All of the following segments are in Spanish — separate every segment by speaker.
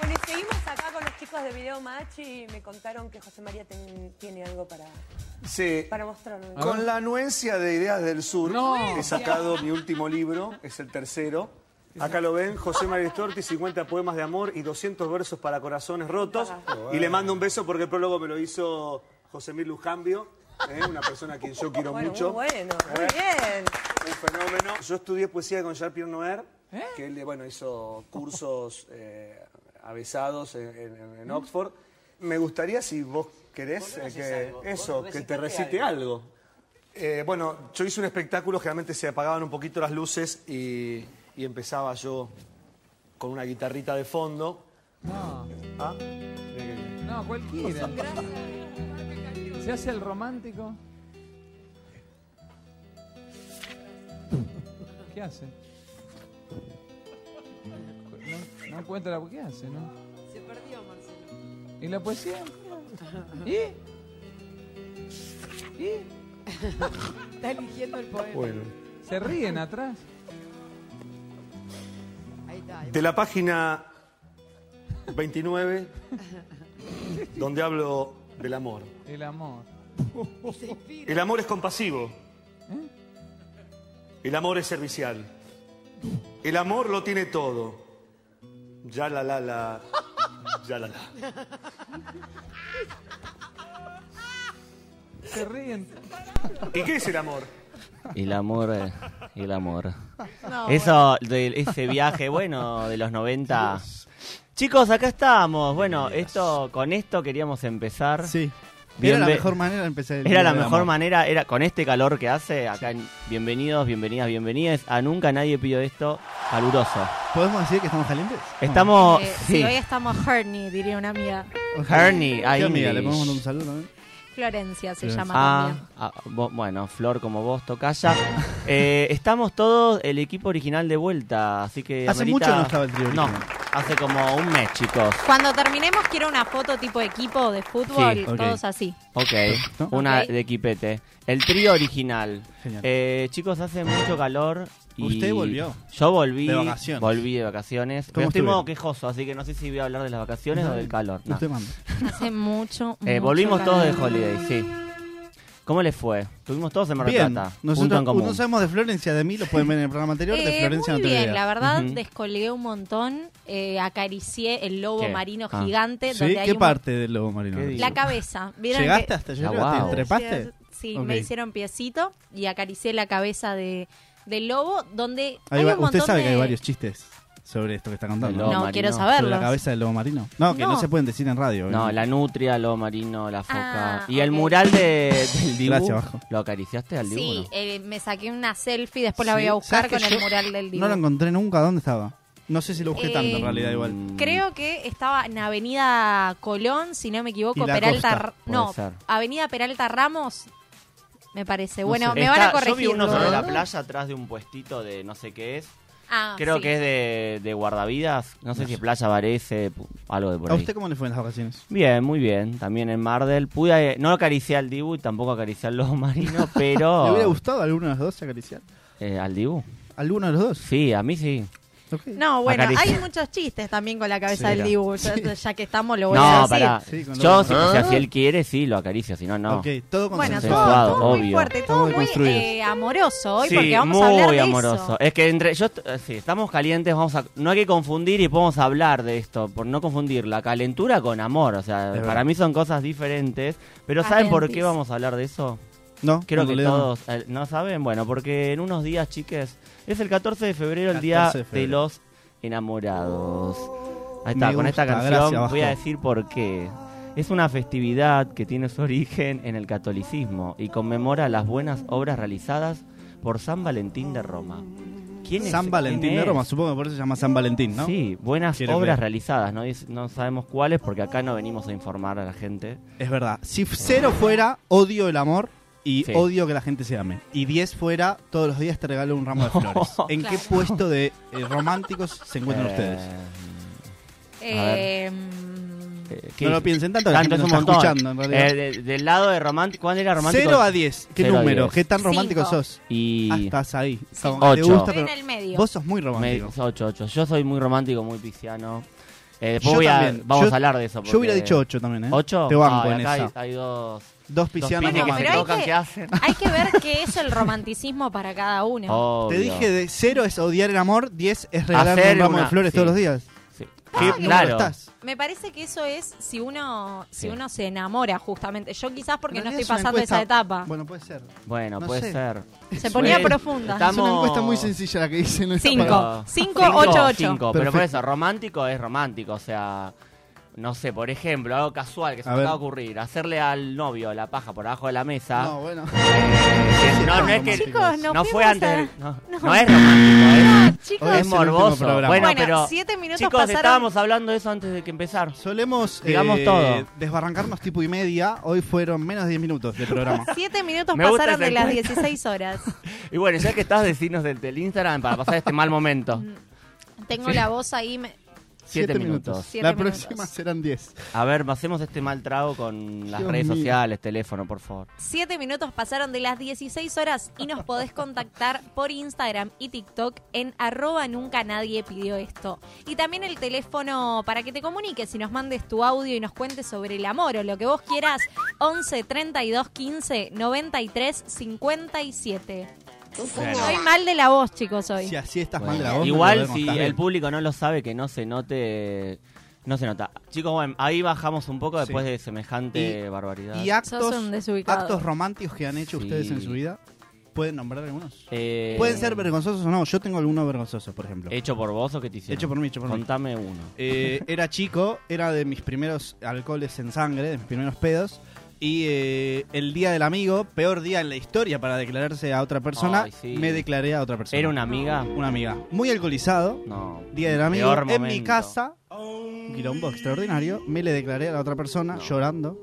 Speaker 1: Bueno, y seguimos acá con los chicos de Video Match y me contaron que José María ten- tiene algo para,
Speaker 2: Sí.
Speaker 1: para mostrarnos.
Speaker 2: Con la anuencia de Ideas del Sur
Speaker 3: No.
Speaker 2: he sacado mi último libro, es el tercero. Acá lo ven, José María Storti, 50 poemas de amor y 200 versos para corazones rotos.
Speaker 1: Ah.
Speaker 2: Y le mando un beso porque el prólogo me lo hizo José Mir Lujambio, ¿eh? una persona a quien yo quiero
Speaker 1: bueno,
Speaker 2: mucho.
Speaker 1: muy bueno,
Speaker 2: Eh,
Speaker 1: muy bien.
Speaker 2: Un fenómeno. ¿Eh? Yo estudié poesía con Jean-Pierre Noer, que él bueno, hizo cursos eh, avesados en, en- en Oxford. Me gustaría, si vos querés, eh, que, eso, que te recite algo. Eh, bueno, yo hice un espectáculo, generalmente se apagaban un poquito las luces y, y empezaba yo con una guitarrita de fondo.
Speaker 3: No,
Speaker 2: Ah, mirá que-
Speaker 3: no, cualquiera. Se hace el romántico. ¿Qué hace? No, no encuentra qué hace, ¿no?
Speaker 4: Se perdió, Marcelo.
Speaker 3: ¿Y la poesía? ¿Y? ¿Y?
Speaker 4: Está eligiendo el poema.
Speaker 3: ¿Se ríen atrás?
Speaker 4: Ahí está. ahí
Speaker 2: De la página 29, donde hablo del amor.
Speaker 3: El amor.
Speaker 4: va. Se inspira.
Speaker 2: El amor es compasivo. El amor es servicial. El amor lo tiene todo. Ya la la la. Ya la la.
Speaker 3: Se ríen.
Speaker 2: ¿Y qué es el amor?
Speaker 5: El amor, eh, el amor. Eso, de ese viaje, bueno, de los 90. Chicos, acá estamos. Bueno, esto, con esto queríamos empezar.
Speaker 6: Sí.
Speaker 5: Bien
Speaker 6: era la
Speaker 5: ve-
Speaker 6: mejor manera de empezar el
Speaker 5: Era
Speaker 6: día
Speaker 5: la
Speaker 6: del
Speaker 5: mejor
Speaker 6: amor.
Speaker 5: manera, era con este calor que hace, acá en- bienvenidos, bienvenidas, bienvenides. A nunca nadie pidió esto caluroso.
Speaker 6: ¿Podemos decir que estamos calientes?
Speaker 5: Estamos,
Speaker 7: Eh,
Speaker 5: Oh, sí,
Speaker 7: Si hoy estamos Herny, diría una amiga.
Speaker 5: Ernie, ahí
Speaker 6: Qué amiga, le podemos mandar un saludo ¿eh? también.
Speaker 7: Florencia se
Speaker 6: Sí.
Speaker 7: llama
Speaker 5: Ah,
Speaker 7: también.
Speaker 5: ah, bo- bueno, Flor como vos tocaya. Eh, estamos todos el equipo original de vuelta, así que
Speaker 6: Hace
Speaker 5: amerita-
Speaker 6: mucho no estaba el trío
Speaker 5: No,
Speaker 6: original.
Speaker 5: hace como un mes, chicos.
Speaker 7: Cuando terminemos quiero una foto tipo equipo de fútbol,
Speaker 5: Sí,
Speaker 6: ok.
Speaker 7: todos así.
Speaker 5: Ok,
Speaker 6: ¿No?
Speaker 5: una
Speaker 7: Ok.
Speaker 5: de equipete. El trío original.
Speaker 6: Genial.
Speaker 5: Eh, chicos, hace mucho calor. Y
Speaker 6: Usted volvió.
Speaker 5: Yo volví.
Speaker 6: De vacaciones.
Speaker 5: Volví de vacaciones. Pero
Speaker 6: ¿Cómo
Speaker 5: estoy
Speaker 6: estuvieron?
Speaker 5: modo quejoso, así que no sé si voy a hablar de las vacaciones o del calor. No.
Speaker 6: Usted manda.
Speaker 7: Hace mucho,
Speaker 5: Eh,
Speaker 7: mucho
Speaker 5: volvimos
Speaker 7: calor.
Speaker 5: todos de holiday, sí. ¿Cómo les fue? Estuvimos todos en Mar del
Speaker 6: Bien,
Speaker 5: Plata. punto
Speaker 6: nosotros
Speaker 5: en común.
Speaker 6: no sabemos de Florencia, de mí, lo pueden ver en el programa anterior, de
Speaker 7: Eh,
Speaker 6: Florencia
Speaker 7: muy
Speaker 6: no te
Speaker 7: bien,
Speaker 6: veas.
Speaker 7: la verdad
Speaker 5: Ujú.
Speaker 7: descolgué un montón, eh, acaricié el lobo
Speaker 5: ¿Qué?
Speaker 7: marino
Speaker 5: Ah.
Speaker 7: gigante.
Speaker 6: ¿Sí?
Speaker 7: donde hay
Speaker 6: ¿Qué
Speaker 7: un-
Speaker 6: parte del lobo marino?
Speaker 5: ¿Qué dice?
Speaker 7: La cabeza. ¿Vieron
Speaker 6: ¿Llegaste
Speaker 7: que-
Speaker 6: hasta allá?
Speaker 5: Ah,
Speaker 6: arriba?
Speaker 5: wow.
Speaker 6: ¿Te trepaste?
Speaker 7: Sí,
Speaker 6: Ok.
Speaker 7: me hicieron piecito y acaricié la cabeza de, del lobo, donde
Speaker 6: Ahí
Speaker 7: hay
Speaker 6: va-
Speaker 7: un
Speaker 6: Usted
Speaker 7: montón
Speaker 6: sabe
Speaker 7: de...
Speaker 6: que hay varios chistes sobre esto que está contando.
Speaker 5: lobo
Speaker 7: No,
Speaker 5: marino.
Speaker 7: quiero
Speaker 6: Sobre
Speaker 7: saberlos.
Speaker 6: la cabeza del lobo marino. No, que no,
Speaker 7: No.
Speaker 6: se pueden decir en radio. ¿eh?
Speaker 5: No,
Speaker 6: obviamente.
Speaker 5: la nutria, lo marino, la foca.
Speaker 7: Ah,
Speaker 5: y el
Speaker 7: ok.
Speaker 5: mural de, del Dibu.
Speaker 6: Gracias, Bajo.
Speaker 5: ¿Lo acariciaste al Dibu?
Speaker 7: Sí,
Speaker 5: no?
Speaker 7: eh, me saqué una selfie, después Pues la voy
Speaker 6: Sí.
Speaker 7: a buscar
Speaker 6: ¿Sabes que
Speaker 7: con el
Speaker 6: yo
Speaker 7: mural del dibujo.
Speaker 6: No lo encontré nunca. ¿Dónde estaba? No sé si lo busqué
Speaker 7: Eh,
Speaker 6: tanto en realidad igual.
Speaker 5: Mm,
Speaker 7: Creo que estaba en Avenida Colón, si no me equivoco,
Speaker 6: Y la
Speaker 7: Peralta.
Speaker 6: costa,
Speaker 7: Ra-
Speaker 5: puede
Speaker 7: No,
Speaker 5: ser.
Speaker 7: Avenida Peralta Ramos, me parece.
Speaker 6: No
Speaker 7: bueno,
Speaker 6: sé.
Speaker 7: me van a
Speaker 5: Está-
Speaker 7: corregir.
Speaker 5: Yo vi uno sobre
Speaker 7: ¿no?
Speaker 6: Ah.
Speaker 5: la playa atrás de un puestito de no sé qué es.
Speaker 7: Ah,
Speaker 5: Creo
Speaker 7: sí.
Speaker 5: que es de, de guardavidas. No sé
Speaker 6: No
Speaker 5: si
Speaker 6: sé.
Speaker 5: playa parece, algo de por
Speaker 6: ¿A
Speaker 5: ahí.
Speaker 6: usted cómo le fue en las vacaciones?
Speaker 5: Bien, muy bien. También en Mardel. Pude, eh, no acaricié al Dibu y tampoco acaricié al lobo marino,
Speaker 6: ¿Le hubiera
Speaker 5: pero.
Speaker 6: gustado a alguno de los dos acariciar?
Speaker 5: Eh, ¿Al Dibu?
Speaker 6: ¿Alguno de los dos?
Speaker 5: Sí, a mí sí.
Speaker 6: Ok.
Speaker 8: No, bueno,
Speaker 5: Acaricia.
Speaker 8: hay muchos chistes también con la cabeza
Speaker 6: Sí,
Speaker 8: del
Speaker 6: era.
Speaker 8: Dibu. Ya, ya que estamos, lo voy a
Speaker 5: No,
Speaker 8: decir.
Speaker 5: pará.
Speaker 6: Sí, con
Speaker 5: Yo,
Speaker 6: los-
Speaker 5: si, o sea, si él quiere, sí, lo acaricio, si no, no.
Speaker 6: Ok, todo
Speaker 8: Bueno, todo,
Speaker 6: consensuado.
Speaker 5: Sensuado,
Speaker 8: todo muy
Speaker 5: obvio.
Speaker 8: fuerte, todo
Speaker 6: Estamos
Speaker 8: muy...
Speaker 6: deconstruidos.
Speaker 7: eh, amoroso hoy
Speaker 5: sí,
Speaker 7: porque vamos
Speaker 5: muy
Speaker 7: a hablar de
Speaker 5: amoroso.
Speaker 7: eso.
Speaker 5: Es que entre yo est- eh, sí, estamos calientes, vamos a no hay que confundir y podemos hablar de esto, por no confundir la calentura con amor, o sea,
Speaker 6: verdad.
Speaker 5: para mí son cosas diferentes, pero ¿saben por qué
Speaker 7: Atentis.
Speaker 5: vamos a hablar de eso?
Speaker 6: No,
Speaker 5: Creo
Speaker 6: no,
Speaker 5: que
Speaker 6: Leo, no.
Speaker 5: todos eh, no saben, bueno, porque en unos días, chiques, es el 14 de febrero, el
Speaker 6: 14 de
Speaker 5: día de,
Speaker 6: febrero.
Speaker 5: los enamorados. Ahí
Speaker 6: Me
Speaker 5: está, con esta
Speaker 6: gusta,
Speaker 5: canción
Speaker 6: gracias,
Speaker 5: voy a
Speaker 6: Vasco.
Speaker 5: decir por qué. Es una festividad que tiene su origen en el catolicismo y conmemora las buenas obras realizadas por San Valentín de Roma. ¿Quién es?
Speaker 6: San Valentín
Speaker 5: ¿Quién
Speaker 6: de
Speaker 5: es?
Speaker 6: Roma, supongo que por eso se llama San Valentín, ¿no?
Speaker 5: Sí, buenas
Speaker 6: Quiero
Speaker 5: obras
Speaker 6: ver.
Speaker 5: realizadas, no, Dice- no sabemos cuáles porque acá no venimos a informar a la gente.
Speaker 6: Es verdad. Si cero fuera, odio el amor y
Speaker 5: Sí.
Speaker 6: odio que la gente se ame. Y 10 fuera, todos los días te regalo un ramo de flores. ¿En qué puesto de eh, románticos se encuentran
Speaker 5: Eh,
Speaker 6: ustedes?
Speaker 7: Eh, mm,
Speaker 5: eh, ¿qué
Speaker 6: No lo
Speaker 5: dice?
Speaker 6: piensen tanto, la
Speaker 5: Tanto
Speaker 6: gente
Speaker 5: es
Speaker 6: no
Speaker 5: un
Speaker 6: está
Speaker 5: montón.
Speaker 6: escuchando en realidad.
Speaker 5: Eh, de- del lado de romántico, ¿cuál era romántico?
Speaker 6: 0 a 10, ¿qué
Speaker 5: Cero a
Speaker 6: número?
Speaker 5: diez.
Speaker 6: ¿Qué tan romántico
Speaker 7: Cinco.
Speaker 6: sos?
Speaker 5: y
Speaker 6: Ah, estás ahí. Como
Speaker 5: Ocho.
Speaker 6: que Te gusta,
Speaker 7: estoy en
Speaker 6: pero
Speaker 7: el medio.
Speaker 6: vos sos muy
Speaker 5: me,
Speaker 6: romántico.
Speaker 5: 8, 8. Yo soy muy romántico, muy pisciano. Eh, después
Speaker 6: Yo
Speaker 5: voy a-
Speaker 6: también.
Speaker 5: vamos
Speaker 6: Yo-
Speaker 5: a hablar de eso.
Speaker 6: Yo hubiera dicho 8 también, ¿eh?
Speaker 5: 8.
Speaker 6: Te banco en
Speaker 5: acá hay,
Speaker 6: esa.
Speaker 5: hay dos,
Speaker 6: Dos
Speaker 5: dos
Speaker 6: piscianos
Speaker 5: pibes que
Speaker 7: pero
Speaker 5: se
Speaker 7: hay
Speaker 6: románticos.
Speaker 5: tocan
Speaker 7: que-
Speaker 5: que hacen.
Speaker 7: hay que ver qué es el romanticismo para cada
Speaker 5: Oh,
Speaker 7: uno.
Speaker 6: Te
Speaker 5: Obvio.
Speaker 6: dije de 0 es odiar el amor, 10 es regalarme
Speaker 5: Hacer
Speaker 6: un ramo de
Speaker 5: una-
Speaker 6: flores
Speaker 5: sí.
Speaker 6: todos los días.
Speaker 5: Sí. Ah,
Speaker 6: ¿Qué número
Speaker 5: claro.
Speaker 6: estás?
Speaker 7: Me parece que eso es si uno si
Speaker 5: Sí.
Speaker 7: uno se enamora justamente. Yo quizás porque
Speaker 6: En
Speaker 7: no
Speaker 6: realidad
Speaker 7: estoy
Speaker 6: es una
Speaker 7: pasando
Speaker 6: encuesta-
Speaker 7: esa etapa.
Speaker 6: Bueno, puede ser.
Speaker 5: Bueno,
Speaker 6: No
Speaker 5: puede
Speaker 6: sé.
Speaker 5: ser.
Speaker 7: se ponía
Speaker 5: Bueno,
Speaker 7: profunda.
Speaker 5: está-
Speaker 6: Es una
Speaker 5: Estamos-
Speaker 6: encuesta muy sencilla la que dicen. en esta parte.
Speaker 7: Cinco.
Speaker 5: Pero-
Speaker 7: Cinco, ocho, ocho.
Speaker 5: cinco. Pero por
Speaker 6: Perfecto.
Speaker 5: eso, romántico es romántico. O sea, no sé, por ejemplo, algo casual que se
Speaker 6: A
Speaker 5: me
Speaker 6: ver.
Speaker 5: acaba de ocurrir. Hacerle al novio la paja por abajo de la mesa.
Speaker 6: No, bueno.
Speaker 5: Eh, Ah. no, no es que.
Speaker 7: Chicos, no
Speaker 5: no fue
Speaker 7: fuimos
Speaker 5: antes.
Speaker 7: a-
Speaker 5: del- No,
Speaker 7: no.
Speaker 5: no es romántico, es,
Speaker 7: Chicos,
Speaker 6: Hoy
Speaker 5: es
Speaker 6: el último
Speaker 5: morboso.
Speaker 6: programa.
Speaker 5: Bueno,
Speaker 7: bueno,
Speaker 5: pero.
Speaker 7: siete minutos
Speaker 5: Chicos,
Speaker 7: pasaron.
Speaker 5: estábamos hablando de eso antes de que empezar.
Speaker 6: Solemos
Speaker 5: Digamos
Speaker 6: eh,
Speaker 5: todo.
Speaker 6: desbarrancarnos tipo y media. Hoy fueron menos de 10 minutos de programa.
Speaker 7: Siete minutos
Speaker 5: Me gusta
Speaker 7: pasaron
Speaker 5: esa
Speaker 7: de las
Speaker 5: encuesta.
Speaker 7: 16 horas.
Speaker 5: Y bueno, ya que estás, decinos del, del Instagram para pasar este mal momento.
Speaker 7: Tengo la voz ahí. me-
Speaker 5: Siete
Speaker 6: Siete
Speaker 5: minutos.
Speaker 7: Siete
Speaker 6: la
Speaker 7: minutos.
Speaker 6: próxima serán 10.
Speaker 5: A ver, pasemos este mal trago con las
Speaker 6: Dios
Speaker 5: redes
Speaker 6: mío.
Speaker 5: sociales, teléfono, por favor.
Speaker 7: Siete minutos pasaron de las 16 horas y nos podés contactar por Instagram y TikTok en arroba nunca nadie pidió esto. Y también el teléfono para que te comuniques y nos mandes tu audio y nos cuentes sobre el amor o lo que vos quieras. 11 32 15 93 57. Estoy mal de la voz, chicos, hoy.
Speaker 6: Si así estás
Speaker 5: Bueno,
Speaker 6: mal de la voz,
Speaker 5: Igual
Speaker 6: no lo vemos,
Speaker 5: si
Speaker 6: estás
Speaker 5: el
Speaker 6: bien.
Speaker 5: público no lo sabe, que no se note. No se nota. Chicos, bueno, ahí bajamos un poco después
Speaker 6: Sí.
Speaker 5: de semejante barbaridad.
Speaker 6: Y
Speaker 7: Sos un
Speaker 6: actos,
Speaker 7: desubicado.
Speaker 6: actos románticos que han hecho
Speaker 5: Sí.
Speaker 6: ustedes en su vida, ¿pueden nombrar algunos?
Speaker 5: Eh,
Speaker 6: Pueden ser vergonzosos o no. Yo tengo alguno vergonzoso, por ejemplo.
Speaker 5: ¿Hecho por vos o qué te hicieron?
Speaker 6: Hecho por mí, hecho por mí.
Speaker 5: Contame uno.
Speaker 6: Eh, era chico, era de mis primeros alcoholes en sangre, de mis primeros pedos. Y eh, el día del amigo, peor día en la historia para declararse a otra persona,
Speaker 5: Ay, sí.
Speaker 6: me declaré a otra persona.
Speaker 5: ¿Era una amiga?
Speaker 6: Una amiga. Muy alcoholizado,
Speaker 5: No.
Speaker 6: día del amigo,
Speaker 5: Peor
Speaker 6: en mi
Speaker 5: momento.
Speaker 6: casa, un quilombo extraordinario, me le declaré a la otra persona llorando.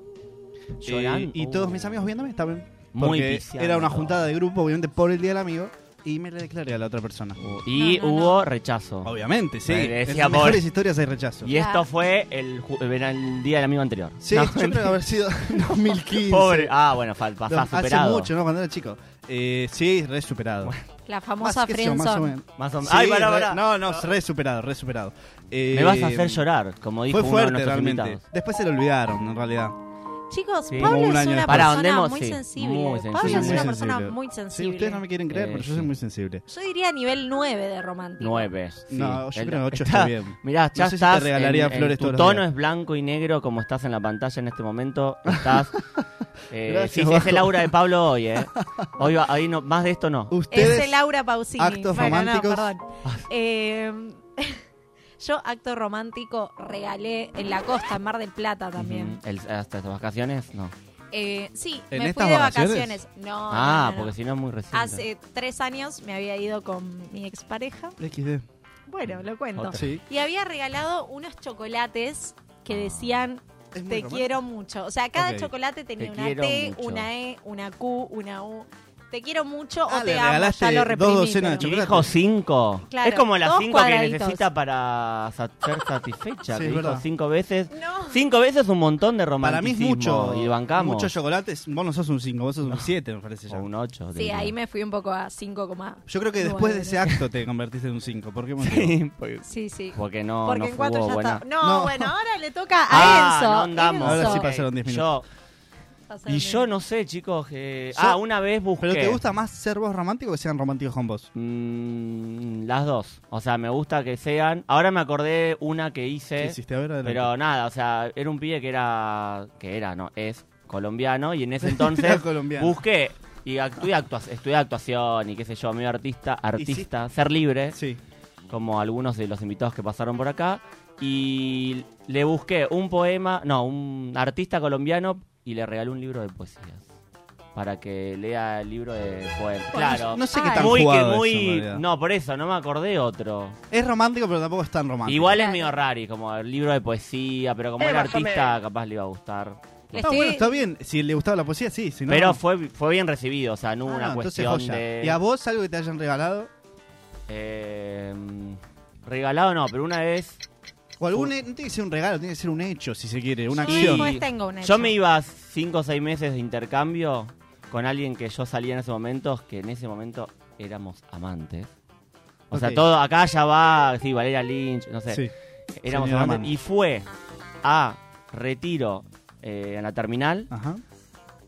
Speaker 5: Lloran-
Speaker 6: Eh, y
Speaker 5: Uh.
Speaker 6: todos mis amigos viéndome también.
Speaker 5: Muy
Speaker 6: Porque
Speaker 5: viciado.
Speaker 6: era una juntada de grupo, obviamente, por el día del amigo. Y me le declaré a la otra persona.
Speaker 5: Uh, Y
Speaker 7: No, no,
Speaker 5: hubo rechazo.
Speaker 6: Obviamente, sí.
Speaker 5: Ay, le
Speaker 6: En
Speaker 5: decía
Speaker 6: las mejores
Speaker 5: por-
Speaker 6: historias hay rechazo.
Speaker 5: Y esto fue el, ju- era el día del amigo anterior.
Speaker 6: Sí,
Speaker 5: No,
Speaker 6: yo creo que haber sido 2015.
Speaker 5: Pobre. Ah, bueno, fal, pasá,
Speaker 6: Hace
Speaker 5: superado.
Speaker 6: mucho, ¿no? Cuando era chico. Eh, sí, re superado.
Speaker 7: La
Speaker 6: Más
Speaker 7: famosa
Speaker 6: que eso, más o
Speaker 7: friendzone.
Speaker 6: menos.
Speaker 5: Más o menos.
Speaker 6: Sí,
Speaker 5: Ay, pará,
Speaker 6: re-
Speaker 5: pará.
Speaker 6: No, no, re superado, re superado. Eh,
Speaker 5: Me vas a hacer llorar, como dijo
Speaker 6: Fue
Speaker 5: uno de
Speaker 6: fuerte
Speaker 5: nuestros
Speaker 6: realmente.
Speaker 5: invitados.
Speaker 6: Después se lo olvidaron, en realidad.
Speaker 7: Chicos,
Speaker 5: Sí.
Speaker 7: Pablo
Speaker 6: Como un
Speaker 7: es
Speaker 6: año
Speaker 7: una
Speaker 6: después.
Speaker 5: Pará,
Speaker 7: persona
Speaker 5: andemos,
Speaker 7: muy
Speaker 5: sí,
Speaker 7: sensible. Pablo
Speaker 5: muy sensible.
Speaker 7: es
Speaker 5: Soy
Speaker 7: una
Speaker 5: muy
Speaker 7: persona muy sensible.
Speaker 6: Sí, ustedes no me quieren creer,
Speaker 5: Eh,
Speaker 6: pero yo
Speaker 5: sí.
Speaker 6: soy muy sensible.
Speaker 7: Yo diría nivel 9 de romántico.
Speaker 5: Nueve. sí.
Speaker 6: No, yo
Speaker 5: El-
Speaker 6: creo que ocho está bien.
Speaker 5: Mirá, ya
Speaker 6: No sé si te
Speaker 5: estás.
Speaker 6: regalaría
Speaker 5: en- en
Speaker 6: flores
Speaker 5: tu
Speaker 6: todos los
Speaker 5: tono
Speaker 6: días.
Speaker 5: es blanco y negro, como estás en la pantalla en este momento. Estás. eh,
Speaker 6: Gracias,
Speaker 5: sí, sí, es
Speaker 6: Vasco.
Speaker 5: el aura de Pablo hoy, ¿eh? Hoy, va- ahí no, más de esto no.
Speaker 6: Ustedes.
Speaker 7: Es el Laura Pausini.
Speaker 6: actos
Speaker 7: Bueno, no,
Speaker 6: románticos. Ah.
Speaker 7: perdón. Eh, yo acto romántico regalé en la costa, en Mar del Plata también.
Speaker 5: Ujú. El- ¿Hasta estas vacaciones? No.
Speaker 7: Eh, sí,
Speaker 6: ¿En
Speaker 7: me fui
Speaker 6: estas
Speaker 7: de
Speaker 6: vacaciones?
Speaker 7: vacaciones. No,
Speaker 5: ah,
Speaker 7: no, no, no.
Speaker 5: porque si no es muy reciente.
Speaker 7: Hace tres años me había ido con mi expareja.
Speaker 6: XD.
Speaker 7: Bueno, lo cuento.
Speaker 5: Otra.
Speaker 6: Sí.
Speaker 7: Y había regalado unos chocolates que decían
Speaker 6: Ah. Es muy
Speaker 7: Te
Speaker 6: romántico.
Speaker 7: quiero mucho. O sea, cada
Speaker 6: Ok.
Speaker 7: chocolate tenía
Speaker 5: Te
Speaker 7: una
Speaker 5: quiero
Speaker 7: T,
Speaker 5: mucho.
Speaker 7: una E, una Q, una U. te quiero mucho
Speaker 6: Ah,
Speaker 7: o
Speaker 6: le
Speaker 7: te amo,
Speaker 6: regalaste
Speaker 7: ya lo
Speaker 6: dos
Speaker 7: reprimí.
Speaker 6: docenas de
Speaker 7: pero-
Speaker 5: Y
Speaker 6: Chocolate.
Speaker 5: dijo 5.
Speaker 7: Claro,
Speaker 5: es como las
Speaker 7: todos
Speaker 5: 5 que
Speaker 7: cuadraditos.
Speaker 5: necesita para sa- ser satisfecha.
Speaker 6: Sí,
Speaker 5: que
Speaker 6: es
Speaker 5: dijo
Speaker 6: verdad.
Speaker 5: 5 veces.
Speaker 7: No.
Speaker 5: 5 veces un montón de
Speaker 6: Para mí es
Speaker 5: romanticismo.
Speaker 6: mucho.
Speaker 5: Y bancamos.
Speaker 6: Mucho chocolate. es- Vos no sos un 5, vos sos un 7, me parece ya.
Speaker 5: o un 8.
Speaker 7: Sí, ahí me fui un poco a 5,
Speaker 6: Yo creo que
Speaker 7: Bueno,
Speaker 6: después de ese
Speaker 7: bueno.
Speaker 6: acto te convertiste en un 5. ¿Por qué motivo?
Speaker 7: sí, sí.
Speaker 5: Porque no,
Speaker 8: Porque
Speaker 5: no
Speaker 8: en cuatro
Speaker 5: jugó
Speaker 8: ya
Speaker 5: buena.
Speaker 8: está. No,
Speaker 6: No.
Speaker 8: bueno, ahora le toca a
Speaker 5: Ah,
Speaker 8: Enzo.
Speaker 5: no andamos.
Speaker 7: Enzo.
Speaker 6: Ahora sí pasaron 10 minutos.
Speaker 5: Yo, y yo no sé, chicos. que- ah, una vez busqué.
Speaker 6: ¿Pero te gusta más ser vos romántico que sean románticos con vos?
Speaker 5: Mm, las dos. O sea, me gusta que sean. Ahora me acordé una que
Speaker 6: ¿Qué
Speaker 5: hice.
Speaker 6: hiciste? A ver, adelante.
Speaker 5: Pero nada, o sea, era un pibe que era. que era, no, es colombiano y en ese entonces
Speaker 6: Era colombiano.
Speaker 5: busqué y actué, actua- estudié actuación y qué sé yo, medio artista, artista, ser libre,
Speaker 6: Sí.
Speaker 5: como algunos de los invitados que pasaron por acá. Y le busqué un poema, no, un artista colombiano y le regalé un libro de poesías. Para que lea el libro de poemas. Claro.
Speaker 6: No sé qué
Speaker 7: Ay.
Speaker 6: tan
Speaker 5: muy que
Speaker 6: jugado es, en
Speaker 5: muy.
Speaker 6: realidad.
Speaker 5: no, por eso, no me acordé otro.
Speaker 6: Es romántico, pero tampoco es tan romántico.
Speaker 5: Igual es
Speaker 7: Claro.
Speaker 5: medio rari, como el libro de poesía, pero como era artista, capaz le iba a gustar.
Speaker 7: Le
Speaker 6: No,
Speaker 7: estoy-
Speaker 6: bueno, está bien. Si le gustaba la poesía, sí. Si no,
Speaker 5: pero
Speaker 6: no.
Speaker 5: fue, fue bien recibido, o sea, no hubo
Speaker 6: Ah,
Speaker 5: una
Speaker 6: no, entonces
Speaker 5: cuestión
Speaker 6: joya.
Speaker 5: de.
Speaker 6: ¿Y a vos algo que te hayan regalado?
Speaker 5: eh, regalado no, pero una vez.
Speaker 6: O algún, no tiene que ser un regalo, tiene que ser un hecho, si se quiere, una
Speaker 7: Sí.
Speaker 6: acción.
Speaker 7: Pues tengo un hecho.
Speaker 5: Yo me iba cinco o seis meses de intercambio con alguien que yo salía en ese momento, que en ese momento éramos amantes. O sea,
Speaker 6: Ok.
Speaker 5: todo, acá ya va, sí, Valeria Lynch, no sé.
Speaker 6: Sí.
Speaker 5: éramos
Speaker 6: Señora
Speaker 5: amantes.
Speaker 6: Amanda.
Speaker 5: Y fue a retiro eh, en la terminal.
Speaker 6: Ajá.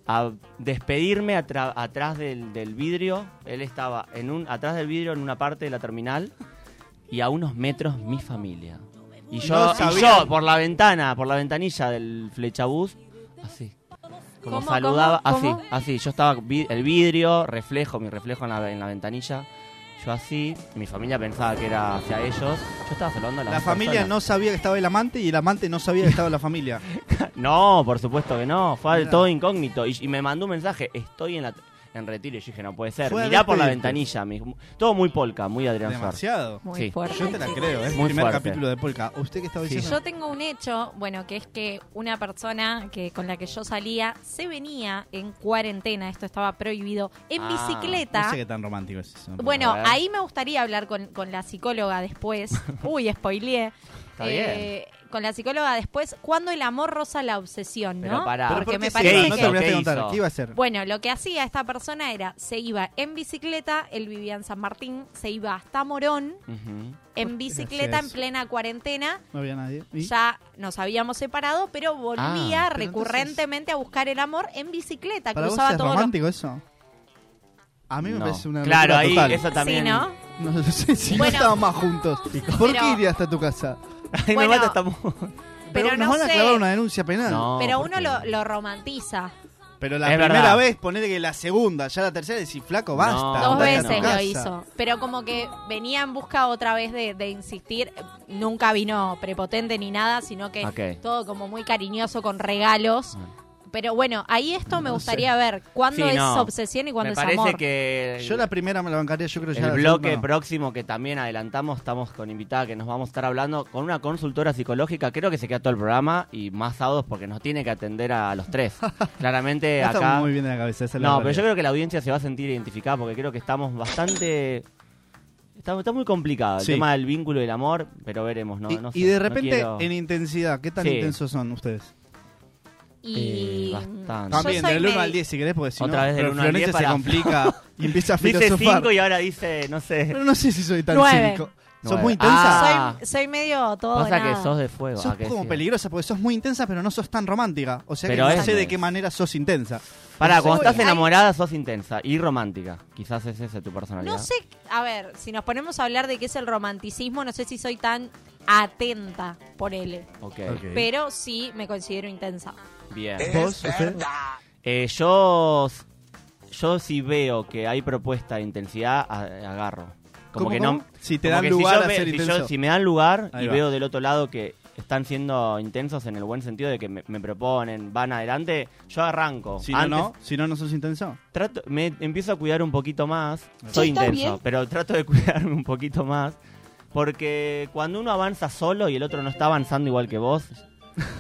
Speaker 5: a despedirme atra- atrás del, del vidrio. Él estaba en un, atrás del vidrio en una parte de la terminal y a unos metros mi familia. Y yo,
Speaker 6: No
Speaker 5: y
Speaker 6: sabía.
Speaker 5: yo por la ventana, por la ventanilla del flechabús, así. Como
Speaker 7: ¿Cómo,
Speaker 5: saludaba,
Speaker 7: cómo,
Speaker 5: así,
Speaker 7: cómo?
Speaker 5: así. Yo estaba vi- el vidrio, reflejo, mi reflejo en la, en la ventanilla. Yo así, mi familia pensaba que era hacia ellos. Yo estaba saludando a las
Speaker 6: La familia
Speaker 5: personas.
Speaker 6: no sabía que estaba el amante y el amante no sabía que estaba la familia.
Speaker 5: No, por supuesto que no. Fue
Speaker 6: Mirá.
Speaker 5: todo incógnito. Y, y me mandó un mensaje. Estoy en la en retiro. Y yo dije, no puede ser.
Speaker 6: Fue a
Speaker 5: Mirá por la
Speaker 6: despedirte.
Speaker 5: ventanilla. mi- todo muy polka, muy Adrián Suárez.
Speaker 6: Demasiado.
Speaker 7: Muy
Speaker 5: Sí.
Speaker 7: fuerte.
Speaker 6: Yo te la creo, es el
Speaker 5: Muy
Speaker 6: primer
Speaker 5: fuerte.
Speaker 6: capítulo de Polka. ¿Usted qué estaba
Speaker 5: Sí.
Speaker 6: diciendo?
Speaker 7: Yo tengo un hecho, bueno, que es que una persona que con la que yo salía se venía en cuarentena, esto estaba prohibido, en
Speaker 5: Ah,
Speaker 7: bicicleta.
Speaker 6: No sé qué tan romántico es eso.
Speaker 7: Bueno,
Speaker 5: A ver.
Speaker 7: ahí me gustaría hablar con, con la psicóloga después. Uy, spoileé. Eh,
Speaker 5: Está
Speaker 7: Con la psicóloga después, cuando el amor roza la obsesión,
Speaker 5: Pero
Speaker 7: ¿no?
Speaker 5: pará.
Speaker 7: Porque
Speaker 5: ¿Pero por
Speaker 7: me
Speaker 5: qué
Speaker 7: parece
Speaker 5: se-
Speaker 6: No
Speaker 7: que...
Speaker 5: hizo?
Speaker 6: terminaste de
Speaker 5: ¿Qué
Speaker 6: contar.
Speaker 5: hizo?
Speaker 6: ¿Qué iba a hacer?
Speaker 7: Bueno, lo que hacía esta persona era, se iba en bicicleta, él vivía en San Martín, se iba hasta Morón,
Speaker 5: Ujú.
Speaker 7: en bicicleta en
Speaker 6: eso?
Speaker 7: plena cuarentena,
Speaker 6: No había nadie. ¿Y?
Speaker 7: ya nos habíamos separado, pero volvía
Speaker 5: Ah,
Speaker 6: pero
Speaker 7: recurrentemente a buscar el amor en bicicleta.
Speaker 6: ¿Para vos
Speaker 7: cruzaba
Speaker 6: es
Speaker 7: todo.
Speaker 6: romántico eso? A mí me
Speaker 5: No.
Speaker 6: parece una
Speaker 5: Claro,
Speaker 6: locura
Speaker 5: ahí
Speaker 6: total.
Speaker 5: eso también.
Speaker 7: Sí, ¿no?
Speaker 6: No lo sé, si
Speaker 7: Bueno.
Speaker 6: no estaban más juntos. ¿Por
Speaker 7: Pero-
Speaker 6: qué iría hasta tu casa?
Speaker 5: Ay,
Speaker 7: Bueno,
Speaker 5: me mata esta mu-
Speaker 7: Pero
Speaker 6: nos
Speaker 7: no
Speaker 6: van a
Speaker 7: sé.
Speaker 6: clavar una denuncia penal.
Speaker 5: No,
Speaker 7: pero
Speaker 5: ¿por
Speaker 7: uno
Speaker 5: qué?
Speaker 7: lo, lo romantiza.
Speaker 6: Pero la
Speaker 5: Es
Speaker 6: primera
Speaker 5: verdad.
Speaker 6: vez, ponele que la segunda, ya la tercera, decís, flaco,
Speaker 5: No.
Speaker 6: basta.
Speaker 5: Dos
Speaker 7: Dos
Speaker 6: andate a tu
Speaker 7: veces lo
Speaker 6: casa.
Speaker 7: hizo. Pero como que venía en busca otra vez de, de insistir. Nunca vino prepotente ni nada, sino que
Speaker 5: Ok. Ah.
Speaker 7: todo como muy cariñoso con regalos. Pero bueno, ahí esto me
Speaker 6: No
Speaker 7: gustaría ver. ¿Cuándo
Speaker 5: Sí,
Speaker 7: es
Speaker 5: no.
Speaker 7: obsesión y cuándo
Speaker 5: Me
Speaker 7: es
Speaker 5: parece
Speaker 7: amor?
Speaker 5: que
Speaker 6: Yo la primera me la bancaría, yo creo que ya
Speaker 5: el
Speaker 6: la
Speaker 5: bloque
Speaker 6: segunda no.
Speaker 5: próximo que también adelantamos, estamos con invitada que nos vamos a estar hablando con una consultora psicológica. Creo que se queda todo el programa y más sábados porque nos tiene que atender a los tres. Claramente
Speaker 6: No está
Speaker 5: acá.
Speaker 6: muy bien en la cabeza, esa es la
Speaker 5: No, pero yo
Speaker 6: realidad.
Speaker 5: creo que la audiencia se va a sentir identificada porque creo que estamos bastante. Está, está muy complicado el
Speaker 6: Sí.
Speaker 5: tema del vínculo y el amor, pero veremos, ¿no?
Speaker 6: Y,
Speaker 5: no
Speaker 6: y
Speaker 5: sé,
Speaker 6: de
Speaker 5: no
Speaker 6: repente,
Speaker 5: quiero-
Speaker 6: en intensidad, ¿qué tan
Speaker 5: Sí.
Speaker 6: intensos son ustedes?
Speaker 7: Y...
Speaker 5: Eh, bastante.
Speaker 7: yo
Speaker 6: También,
Speaker 7: soy
Speaker 6: del 1
Speaker 7: medio-
Speaker 6: al 10, si querés, porque si
Speaker 5: Otra
Speaker 6: no,
Speaker 5: vez del
Speaker 6: pero
Speaker 5: 1 al 10
Speaker 6: Florencia
Speaker 5: para-
Speaker 6: se complica y empieza a
Speaker 5: Dice
Speaker 6: filosofar.
Speaker 5: 5 y ahora dice, no sé.
Speaker 6: Pero no sé si soy tan
Speaker 7: Nueve.
Speaker 6: cínico. ¿Sos
Speaker 5: Nueve.
Speaker 6: muy intensa?
Speaker 5: Ah.
Speaker 7: soy, soy medio todo. o
Speaker 5: Pasa
Speaker 7: nada.
Speaker 5: que sos de fuego.
Speaker 6: Sos
Speaker 5: ah, que
Speaker 6: como
Speaker 5: sí.
Speaker 6: peligrosa porque sos muy intensa, pero no sos tan romántica. O sea que
Speaker 5: Pero
Speaker 6: no
Speaker 5: es-
Speaker 6: sé de qué manera sos intensa.
Speaker 5: Pará, cuando
Speaker 6: Seguro.
Speaker 5: estás enamorada sos intensa y romántica. Quizás es esa tu personalidad.
Speaker 7: No sé, a ver, si nos ponemos a hablar de qué es el romanticismo, no sé si soy tan atenta por él.
Speaker 5: Ok,
Speaker 6: Ok.
Speaker 7: Pero sí me considero intensa.
Speaker 5: bien.
Speaker 6: ¿Vos? ¿Usted?
Speaker 5: Eh, yo, yo si veo que hay propuesta de intensidad, a- agarro. Como
Speaker 6: ¿Cómo,
Speaker 5: que
Speaker 6: cómo?
Speaker 5: no.
Speaker 6: Si te
Speaker 5: como
Speaker 6: dan
Speaker 5: que
Speaker 6: lugar
Speaker 5: yo
Speaker 6: a
Speaker 5: ve-
Speaker 6: ser
Speaker 5: si yo-
Speaker 6: intenso.
Speaker 5: si me dan lugar
Speaker 6: Ahí
Speaker 5: y
Speaker 6: va.
Speaker 5: veo del otro lado que están siendo intensos en el buen sentido de que me, me proponen, van adelante, yo arranco.
Speaker 6: Si no,
Speaker 5: Antes
Speaker 6: no, si no, no sos intenso.
Speaker 5: trato- me empiezo a cuidar un poquito más. Soy
Speaker 4: está
Speaker 5: intenso,
Speaker 4: bien.
Speaker 5: pero trato de cuidarme un poquito más. Porque cuando uno avanza solo y el otro no está avanzando igual que vos,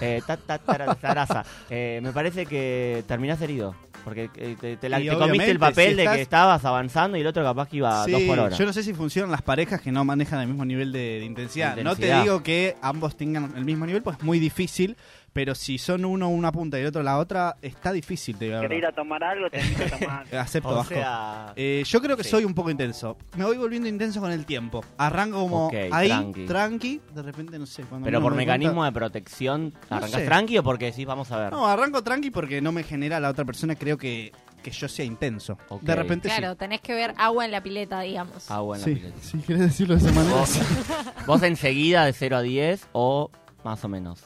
Speaker 5: eh, ta- ta- tara- taraza, eh, me parece que terminás herido. Porque eh, te, te la-
Speaker 6: Y
Speaker 5: te comiste el
Speaker 6: obviamente,
Speaker 5: papel
Speaker 6: si
Speaker 5: de
Speaker 6: estás-
Speaker 5: que estabas avanzando y el otro capaz que iba a
Speaker 6: Sí,
Speaker 5: dos por hora.
Speaker 6: yo no sé si funcionan las parejas que no manejan el mismo nivel de, de intensidad.
Speaker 5: De
Speaker 6: No
Speaker 5: intensidad.
Speaker 6: te digo que ambos tengan el mismo nivel, pues es muy difícil. Pero si son uno una punta y el otro la otra, está difícil, de
Speaker 9: ¿Querés ir
Speaker 6: verdad.
Speaker 9: a tomar algo? Te invito a tomar.
Speaker 6: Acepto,
Speaker 5: O
Speaker 6: Vasco.
Speaker 5: sea,
Speaker 6: Eh, yo creo que
Speaker 5: sí.
Speaker 6: soy un poco intenso. Me voy volviendo intenso con el tiempo. Arranco como
Speaker 5: Ok,
Speaker 6: ahí, tranqui.
Speaker 5: tranqui.
Speaker 6: De repente, no sé. cuando
Speaker 5: pero
Speaker 6: menos
Speaker 5: por
Speaker 6: me doy
Speaker 5: mecanismo
Speaker 6: cuenta-
Speaker 5: de protección,
Speaker 6: No
Speaker 5: ¿arrancas
Speaker 6: sé.
Speaker 5: tranqui o porque sí, vamos a ver?
Speaker 6: No, arranco tranqui porque no me genera la otra persona. Creo que, que yo sea intenso.
Speaker 5: Ok.
Speaker 6: De repente
Speaker 7: Claro, tenés que ver agua en la pileta, digamos.
Speaker 5: Este Ah,
Speaker 6: sí.
Speaker 5: bueno.
Speaker 6: Sí,
Speaker 5: pileta.
Speaker 6: si querés decirlo de esa manera.
Speaker 5: Vos, vos enseguida de 0 a 10 o más o menos.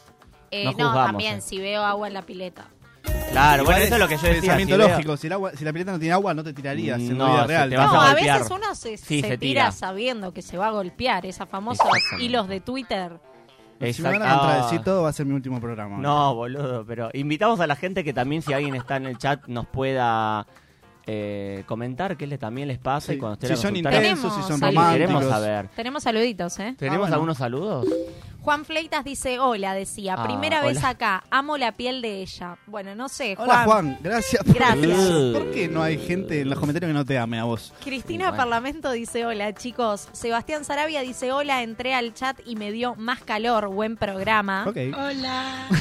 Speaker 7: Eh,
Speaker 5: no
Speaker 7: no,
Speaker 5: juzgamos,
Speaker 7: también
Speaker 5: eh.
Speaker 7: si veo agua en la pileta.
Speaker 5: Claro,
Speaker 6: Igual
Speaker 5: bueno, eso es lo que yo decía.
Speaker 6: Pensamiento
Speaker 5: si veo-
Speaker 6: lógico. Si, el agua, si la pileta no tiene agua, no te tirarías en la
Speaker 5: No,
Speaker 6: vida
Speaker 5: se
Speaker 6: real.
Speaker 5: te
Speaker 6: ¿no?
Speaker 5: vas
Speaker 7: No, a
Speaker 5: golpear.
Speaker 7: veces uno se,
Speaker 5: Sí,
Speaker 7: se tira.
Speaker 5: se tira.
Speaker 7: sabiendo que se va a golpear, esos famosos
Speaker 5: Exactamente.
Speaker 7: hilos de Twitter.
Speaker 6: Si me van a
Speaker 5: Exacto.
Speaker 6: contradecir todo, va a ser mi último programa.
Speaker 5: No, boludo, pero invitamos a la gente que también si alguien está en el chat nos pueda eh, comentar qué le, también les pasa
Speaker 6: Sí.
Speaker 5: y cuando esté
Speaker 6: Si
Speaker 5: la
Speaker 6: son
Speaker 5: consultora-
Speaker 6: intensos, si
Speaker 7: Tenemos
Speaker 6: son
Speaker 7: algo.
Speaker 6: románticos. Ah,
Speaker 5: Queremos saber.
Speaker 7: Tenemos saluditos, ¿eh?
Speaker 5: ¿Tenemos
Speaker 6: bueno.
Speaker 5: algunos saludos?
Speaker 7: Juan Fleitas dice, hola, decía,
Speaker 5: Ah,
Speaker 7: primera vez
Speaker 5: hola.
Speaker 7: acá, amo la piel de ella. Bueno, no sé, Eh, Juan.
Speaker 6: Hola, Juan. Gracias. por-
Speaker 7: Gracias.
Speaker 6: ¿Por qué no hay gente en los comentarios que no te ame a vos?
Speaker 7: Cristina
Speaker 5: Sí, bueno.
Speaker 7: Parlamento dice, hola, chicos. Sebastián Sarabia dice, hola, entré al chat y me dio más calor, buen programa.
Speaker 6: Ok.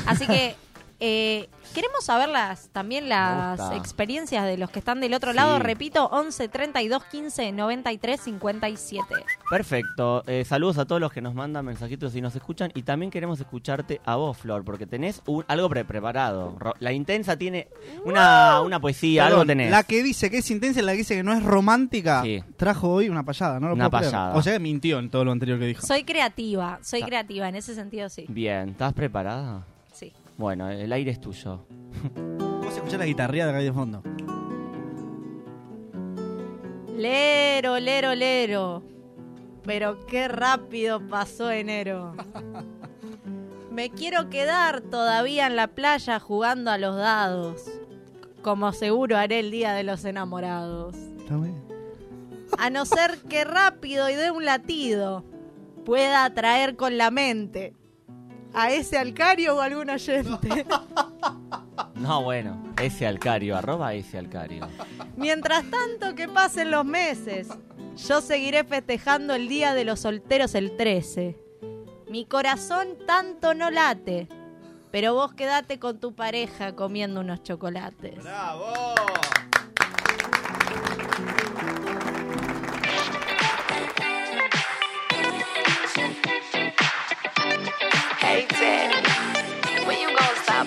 Speaker 7: Así que... eh, queremos saber las, también las
Speaker 5: gusta.
Speaker 7: experiencias de los que están del otro
Speaker 5: Sí.
Speaker 7: lado. Repito, 11 32 15 93 57.
Speaker 5: Perfecto. Eh, saludos a todos los que nos mandan mensajitos y nos escuchan. Y también queremos escucharte a vos, Flor, porque tenés un- algo pre- preparado. Ro- La intensa tiene una, una poesía, algo
Speaker 6: Perdón,
Speaker 5: tenés.
Speaker 6: La que dice que es intensa y la que dice que no es romántica,
Speaker 5: Sí.
Speaker 6: trajo hoy una payada, ¿no? Lo
Speaker 5: Una
Speaker 6: puedo creer.
Speaker 5: payada.
Speaker 6: O sea, que mintió en todo lo anterior que dijo.
Speaker 7: Soy creativa, soy
Speaker 5: Ta-
Speaker 7: creativa, en ese sentido sí.
Speaker 5: Bien, ¿estás preparada?
Speaker 7: sí.
Speaker 5: Bueno, el aire es tuyo.
Speaker 6: Vamos a escuchar la guitarrilla de acá de fondo.
Speaker 7: Lero, lero, lero. Pero qué rápido pasó enero. Me quiero quedar todavía en la playa jugando a los dados, como seguro haré el día de los enamorados.
Speaker 6: Está bien.
Speaker 7: A no ser que rápido y de un latido pueda atraer con la mente a ese alcario o algún oyente.
Speaker 5: No, bueno, ese alcario, arroba ese alcario.
Speaker 7: Mientras tanto que pasen los meses, yo seguiré festejando el Día de los Solteros el 13. Mi corazón tanto no late, pero vos quedate con tu pareja comiendo unos chocolates.
Speaker 10: Hey, Daddy, when you gonna stop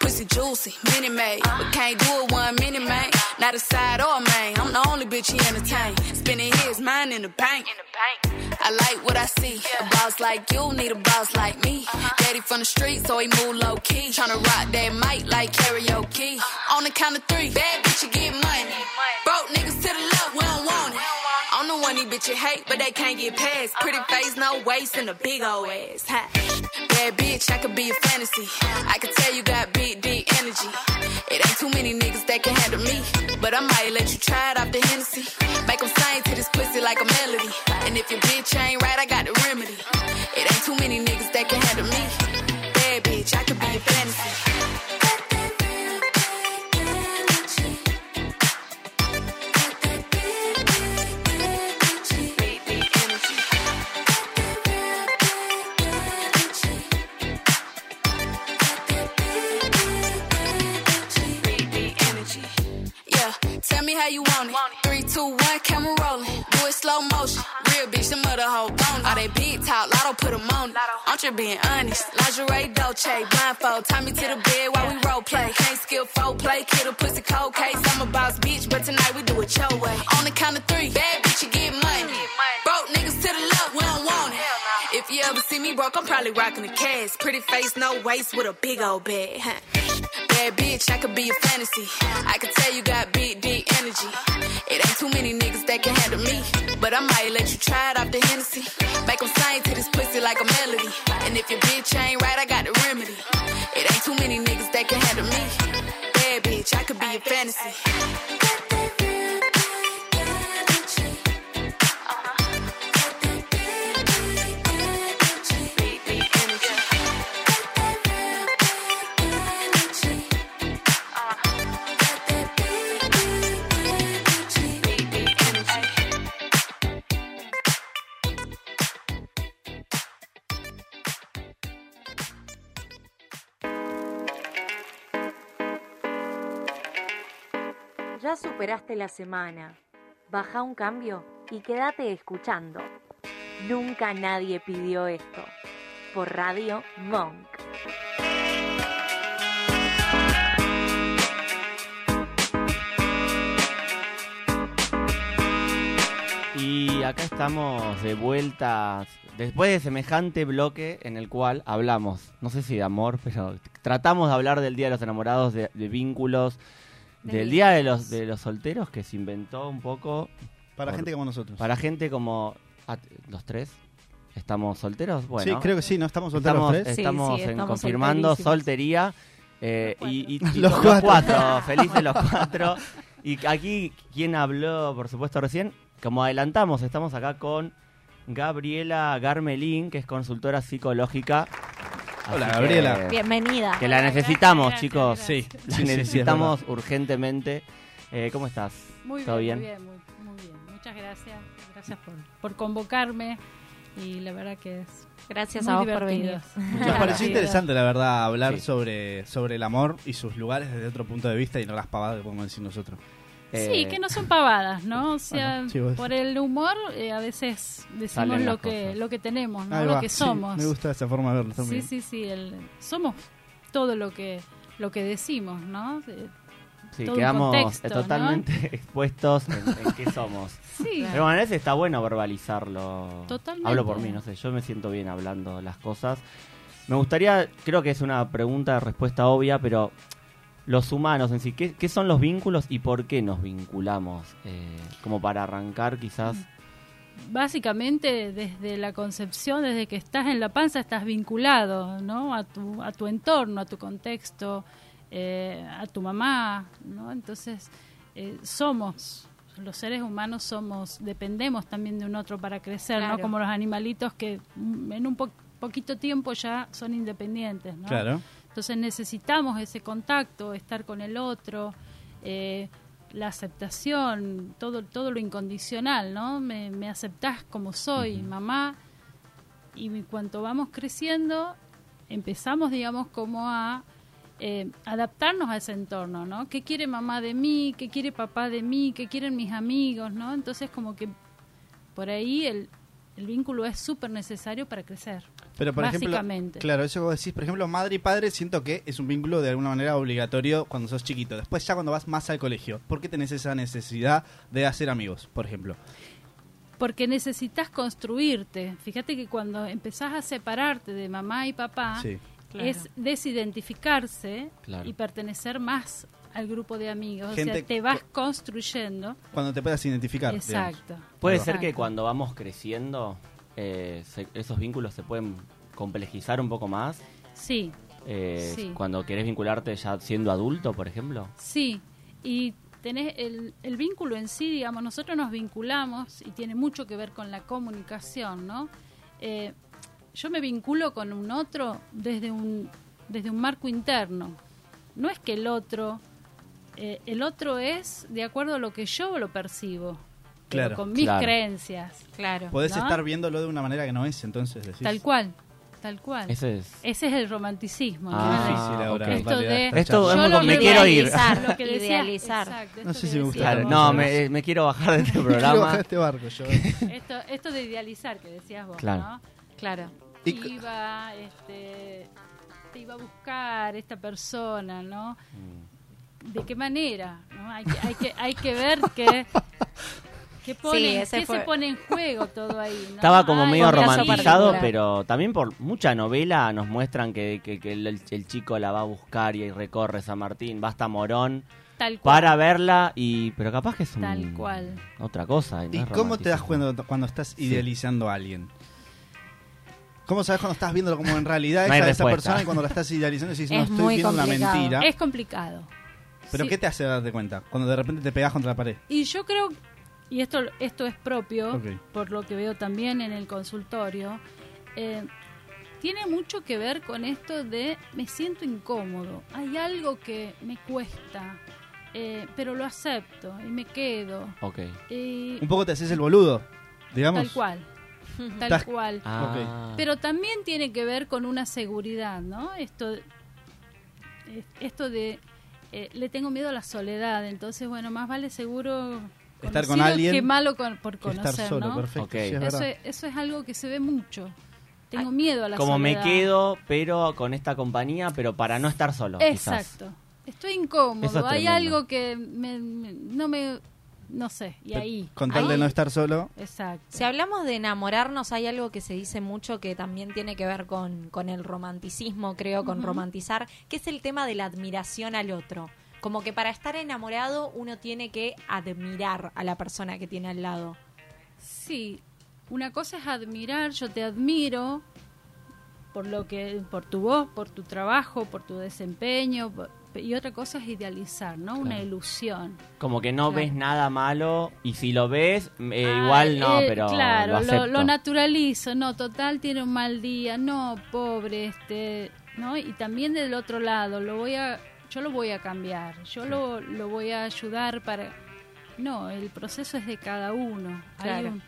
Speaker 10: Pussy juicy, mini made, but can't do it one minute, man. Not a side or a main. I'm the only bitch he entertain. Spinning his mind in the bank. I like what I see. A boss like you need a boss like me. Daddy from the street, so he move low key. Tryna rock that mic like karaoke. On the count of three, bad bitch, you get money. Broke niggas to the left, we don't want it. I'm the one these bitches hate, but they can't get past. Pretty face, no waist, and a big ol' ass. Ha. Bad bitch, I could be a fantasy. I could tell you got big D energy. It ain't too many niggas that can handle me. But I might let you try it off the Hennessy. Make 'em sing to this pussy like a melody. And if your bitch ain't right, I got the remedy. It ain't too many niggas that can handle me. Bad bitch, I could be a fantasy. Big D energy. Yeah, Tell me how you want it. Uh-huh. Three, two, one, camera rolling. Do it slow motion. Real bitch, the mother hoe bone. All that big talk, lotto put 'em on it. I'm just being honest. Lingerie, Dolce, blindfold. Tie me to the bed while we role play. Can't skill folk play, kid a pussy cold case. I'm a boss bitch, but tonight we do it your way. On the count of three, bad bitch, you get money. Broke niggas to the left, we don't want it. If you ever see me broke, I'm probably rocking a cast. Pretty face, no waist, with a big old bag. huh? Bad bitch, I could be a fantasy. I could tell you got big D energy. energy. It ain't too many niggas that can handle me. But I might let you try it off the Hennessy. Make 'em sing to this pussy like a melody. And if your bitch ain't right, I got the remedy. It ain't too many niggas that can handle me. Bad bitch, I could be a fantasy.
Speaker 9: Ya superaste la semana. Baja un cambio y quédate escuchando. Nunca nadie pidió esto. Por Radio Monk.
Speaker 5: Y acá estamos de vuelta después de semejante bloque en el cual hablamos, no sé si de amor, pero tratamos de hablar del Día de los Enamorados, de, de vínculos,
Speaker 6: De
Speaker 5: del Día de los, de los Solteros que se inventó un poco.
Speaker 6: Para gente como nosotros.
Speaker 5: Para gente como ah, t- los tres. ¿Estamos solteros? Bueno.
Speaker 6: Sí, creo que sí, ¿no? ¿Estamos solteros los
Speaker 5: Estamos,
Speaker 6: tres?
Speaker 5: estamos
Speaker 6: Sí, sí,
Speaker 5: en-
Speaker 6: estamos
Speaker 5: confirmando
Speaker 6: solterísimos.
Speaker 5: soltería. eh, y, y- y
Speaker 6: Los
Speaker 5: los,
Speaker 6: cuatro.
Speaker 5: cuatro, felices los cuatro. Y aquí, quien habló, por supuesto, recién, como adelantamos, estamos acá con Gabriela Garmelín, que es consultora psicológica.
Speaker 6: Hola,
Speaker 5: que-
Speaker 6: Gabriela.
Speaker 7: Bienvenida.
Speaker 5: Que la
Speaker 7: Hola,
Speaker 5: necesitamos,
Speaker 7: gracias,
Speaker 5: chicos.
Speaker 6: gracias, Sí,
Speaker 5: La
Speaker 6: sí, sí, sí, es
Speaker 5: necesitamos urgentemente. Eh, ¿Cómo estás?
Speaker 11: Muy
Speaker 5: ¿Todo
Speaker 11: bien,
Speaker 5: bien?
Speaker 11: muy bien, muy, muy bien. Muchas gracias. Gracias por, por convocarme y la verdad que es.
Speaker 7: Gracias
Speaker 11: muy
Speaker 7: a vos por
Speaker 11: divertido.
Speaker 7: venir.
Speaker 11: Muy
Speaker 6: Nos pareció
Speaker 11: divertido.
Speaker 6: interesante, la verdad, hablar sobre, sobre el amor y sus lugares desde otro punto de vista y no las pavadas que podemos decir nosotros.
Speaker 5: Eh,
Speaker 11: Sí, que no son pavadas, ¿no? O sea,
Speaker 6: Bueno, sí, vos-
Speaker 11: eh, por el humor eh, a veces decimos
Speaker 6: Salen las
Speaker 11: lo que, lo que tenemos, ¿no?
Speaker 6: Ahí
Speaker 11: Lo
Speaker 6: va,
Speaker 11: que
Speaker 6: sí,
Speaker 11: somos.
Speaker 6: me gusta esa forma de verlo
Speaker 11: Sí,
Speaker 6: también.
Speaker 11: sí, sí. el- somos todo lo que lo que decimos, ¿no? Eh,
Speaker 5: Sí,
Speaker 11: todo un
Speaker 5: quedamos
Speaker 11: contexto,
Speaker 5: eh,
Speaker 11: ¿no?
Speaker 5: totalmente expuestos en, en qué somos.
Speaker 11: Sí.
Speaker 5: Pero bueno, a veces está bueno verbalizarlo.
Speaker 11: Totalmente.
Speaker 5: Hablo por mí, no sé, yo me siento bien hablando las cosas. Me gustaría, creo que es una pregunta de respuesta obvia, pero los humanos en sí, ¿qué, qué son los vínculos y por qué nos vinculamos? Eh, como para arrancar quizás.
Speaker 11: básicamente desde la concepción, desde que estás en la panza, estás vinculado ¿no? a, tu, a tu entorno, a tu contexto, eh, a tu mamá. ¿no? Entonces, eh, somos, los seres humanos somos, dependemos también de un otro para crecer,
Speaker 7: Claro.
Speaker 11: ¿no? como los animalitos que mm, en un po- poquito tiempo ya son independientes. ¿no?
Speaker 6: Claro.
Speaker 11: Entonces necesitamos ese contacto, estar con el otro, eh, la aceptación, todo, todo lo incondicional, ¿no? Me, me aceptás como soy, mamá. Y en cuanto vamos creciendo, empezamos, digamos, como a eh, adaptarnos a ese entorno, ¿no? ¿Qué quiere mamá de mí? ¿Qué quiere papá de mí? ¿Qué quieren mis amigos? ¿no? Entonces como que por ahí el, el vínculo es súper necesario para crecer.
Speaker 6: Pero por ejemplo,
Speaker 11: básicamente.
Speaker 6: claro, eso que vos decís, por ejemplo, madre y padre siento que es un vínculo de alguna manera obligatorio cuando sos chiquito. Después ya cuando vas más al colegio, ¿por qué tenés esa necesidad de hacer amigos, por ejemplo?
Speaker 11: porque necesitas construirte. Fíjate que cuando empezás a separarte de mamá y papá,
Speaker 6: Sí.
Speaker 9: Claro.
Speaker 11: es desidentificarse
Speaker 6: Claro.
Speaker 11: y pertenecer más al grupo de amigos. o
Speaker 6: Gente
Speaker 11: sea, te vas construyendo.
Speaker 6: Cuando te puedas identificar. digamos.
Speaker 11: Exacto.
Speaker 5: Puede
Speaker 11: Ahí va.
Speaker 5: ser que cuando vamos creciendo, eh, se- esos vínculos se pueden complejizar un poco más.
Speaker 11: Sí,
Speaker 5: Eh,
Speaker 11: Sí.
Speaker 5: Cuando querés vincularte ya siendo adulto, por ejemplo.
Speaker 11: sí. Y tenés el, el vínculo en sí, digamos, nosotros nos vinculamos y tiene mucho que ver con la comunicación, ¿no? Eh, yo me vinculo con un otro desde un, desde un marco interno. No es que el otro, eh, el otro es de acuerdo a lo que yo lo percibo, pero
Speaker 6: Claro.
Speaker 11: con mis
Speaker 6: Claro.
Speaker 11: creencias. Claro.
Speaker 6: Podés estar viéndolo de una manera que no es, entonces decís.
Speaker 11: Tal cual, tal cual.
Speaker 6: Ese es-
Speaker 11: Ese es el romanticismo. ¿no?
Speaker 6: Ah,
Speaker 11: De-
Speaker 6: difícil ahora, en
Speaker 11: Esto
Speaker 6: realidad,
Speaker 11: de...
Speaker 6: esta Esto charla. es
Speaker 11: yo
Speaker 6: muy
Speaker 11: lo
Speaker 6: com- me
Speaker 11: que-
Speaker 6: quiero ir.
Speaker 11: idealizar, lo que decía-
Speaker 7: Idealizar.
Speaker 11: exacto,
Speaker 6: No
Speaker 11: esto que
Speaker 6: sé si me
Speaker 11: decía
Speaker 6: gusta.
Speaker 5: Claro,
Speaker 6: vos,
Speaker 5: no,
Speaker 6: vos.
Speaker 5: me, me quiero bajar de este
Speaker 6: Quiero
Speaker 5: programa.
Speaker 6: bajar este barco yo.
Speaker 11: Esto, esto de idealizar que decías vos,
Speaker 5: Claro.
Speaker 11: ¿no?
Speaker 7: Claro.
Speaker 6: Y c-
Speaker 11: Iba, este, te iba a buscar esta persona, ¿no? ¿De qué manera? ¿no? Hay, que, hay, que, hay que ver que ¿Qué, pone-
Speaker 7: Sí, ese
Speaker 11: qué
Speaker 7: fue-
Speaker 11: se pone en juego todo ahí? no?
Speaker 5: Estaba como
Speaker 11: Ay,
Speaker 5: medio
Speaker 11: un caso
Speaker 5: romantizado,
Speaker 11: particular.
Speaker 5: pero también por mucha novela nos muestran que, que- que el, el chico la va a buscar y recorre San Martín, va hasta Morón
Speaker 11: Tal cual.
Speaker 5: para verla y pero capaz que es un-
Speaker 11: Tal cual.
Speaker 5: otra cosa. no
Speaker 6: ¿Y
Speaker 5: es
Speaker 6: cómo te das
Speaker 5: romanticismo.
Speaker 6: cuenta cuando estás idealizando a alguien? ¿Cómo sabes cuando estás viéndolo como en realidad
Speaker 5: No hay
Speaker 6: esa, esa
Speaker 5: respuesta.
Speaker 6: persona y cuando la estás idealizando decís, no,
Speaker 11: Es
Speaker 6: estoy
Speaker 11: muy
Speaker 6: viendo una
Speaker 11: complicado.
Speaker 6: mentira?
Speaker 11: Es complicado.
Speaker 6: ¿Pero
Speaker 11: sí.
Speaker 6: qué te hace darte cuenta? Cuando de repente te pegas contra la pared.
Speaker 11: Y yo creo, y esto, esto es propio,
Speaker 6: Ok.
Speaker 11: por lo que veo también en el consultorio, eh, tiene mucho que ver con esto de me siento incómodo, hay algo que me cuesta, eh, pero lo acepto y me quedo.
Speaker 5: Ok.
Speaker 11: Y
Speaker 6: Un poco te haces el boludo, digamos.
Speaker 11: Tal cual. Tal
Speaker 6: Estás-
Speaker 11: cual.
Speaker 6: Ah. Ok.
Speaker 11: Pero también tiene que ver con una seguridad, ¿no? Esto, eh, esto de eh, le tengo miedo a la soledad, entonces bueno, más vale seguro
Speaker 6: Estar con
Speaker 11: conocido
Speaker 6: alguien
Speaker 11: que malo con- por
Speaker 6: que estar
Speaker 11: conocer,
Speaker 6: solo,
Speaker 11: ¿no?
Speaker 6: perfecto, Ok. sí, es
Speaker 11: eso,
Speaker 6: verdad.
Speaker 11: es, eso es algo que se ve mucho. Tengo miedo a la
Speaker 5: Como me
Speaker 11: soledad.
Speaker 5: quedo, pero con esta compañía, pero para no estar solo. quizás.
Speaker 11: Exacto. Estoy incómodo,
Speaker 5: Eso es
Speaker 11: hay
Speaker 5: tremendo.
Speaker 11: algo que me- me- no me no sé, y
Speaker 6: Pe-
Speaker 11: ahí.
Speaker 6: Con tal de
Speaker 11: ahí-
Speaker 6: no estar solo.
Speaker 11: Exacto.
Speaker 7: Si hablamos de enamorarnos, hay algo que se dice mucho que también tiene que ver con, con el romanticismo, creo, con
Speaker 8: Ujú.
Speaker 7: romantizar, que es el tema de la admiración al otro. Como que para estar enamorado uno tiene que admirar a la persona que tiene al lado.
Speaker 11: Sí, una cosa es admirar, yo te admiro por lo que por tu voz, por tu trabajo, por tu desempeño, por- y otra cosa es idealizar, ¿no? Una
Speaker 5: Claro.
Speaker 11: ilusión.
Speaker 5: Como que no
Speaker 11: Claro.
Speaker 5: ves nada malo y si lo ves, eh,
Speaker 11: Ah,
Speaker 5: igual no,
Speaker 11: eh,
Speaker 5: pero
Speaker 11: claro,
Speaker 5: lo
Speaker 11: lo,
Speaker 5: acepto.
Speaker 11: lo naturalizo, no, total tiene un mal día, no, pobre, este, ¿no? Y también del otro lado, lo voy a yo lo voy a cambiar, yo lo, lo voy a ayudar para no, el proceso es de cada uno. Hay
Speaker 7: Claro.
Speaker 11: un,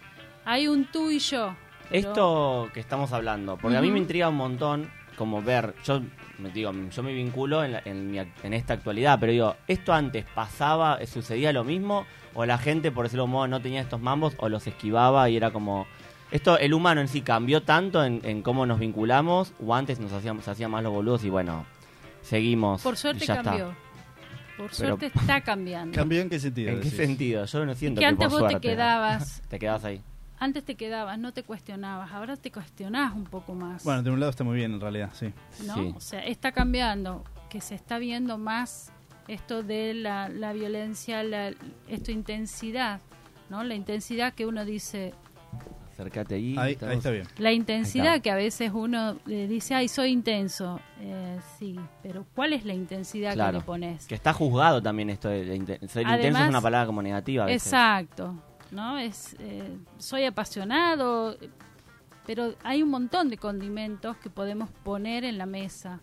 Speaker 11: hay un tú y yo. pero-
Speaker 5: Esto que estamos hablando, porque a mí
Speaker 11: Ujú.
Speaker 5: me intriga un montón como ver, yo me digo, yo me vinculo en, la- en mi ac- en esta actualidad, pero digo, ¿esto antes pasaba, eh, sucedía lo mismo? ¿O la gente, por decirlo de un modo, no tenía estos mambos o los esquivaba y era como... Esto, el humano en sí cambió tanto en, en cómo nos vinculamos, o antes nos hacíamos, se hacían más los boludos y bueno, seguimos.
Speaker 11: Por
Speaker 5: y
Speaker 11: suerte
Speaker 5: ya está.
Speaker 11: cambió. Por
Speaker 5: Pero-
Speaker 11: suerte está cambiando.
Speaker 6: ¿Cambió en qué sentido?
Speaker 5: ¿En qué
Speaker 6: decís?
Speaker 5: sentido? Yo no siento
Speaker 11: que
Speaker 5: que,
Speaker 11: antes
Speaker 5: por
Speaker 11: vos te
Speaker 5: suerte.
Speaker 11: quedabas.
Speaker 5: te quedabas ahí.
Speaker 11: Antes te quedabas, no te cuestionabas. Ahora te cuestionás un poco más.
Speaker 6: Bueno, de un lado está muy bien en realidad, sí.
Speaker 11: ¿no? O sea, está cambiando. Que se está viendo más esto de la, la violencia, la, esto intensidad. ¿no? La intensidad que uno dice.
Speaker 5: Acércate ahí.
Speaker 6: Ahí-
Speaker 5: estamos-
Speaker 6: ahí está bien.
Speaker 11: La
Speaker 5: Ahí
Speaker 11: intensidad
Speaker 5: está.
Speaker 11: que a veces uno eh, dice, ay, soy intenso. Eh, sí, pero ¿cuál es la intensidad que
Speaker 5: Claro.
Speaker 11: le pones?
Speaker 5: Que está juzgado también esto de, de inte- ser intenso
Speaker 11: Además-
Speaker 5: es una palabra como negativa. a veces.
Speaker 11: Exacto, ¿no? Es, eh, soy apasionado, pero hay un montón de condimentos que podemos poner en la mesa.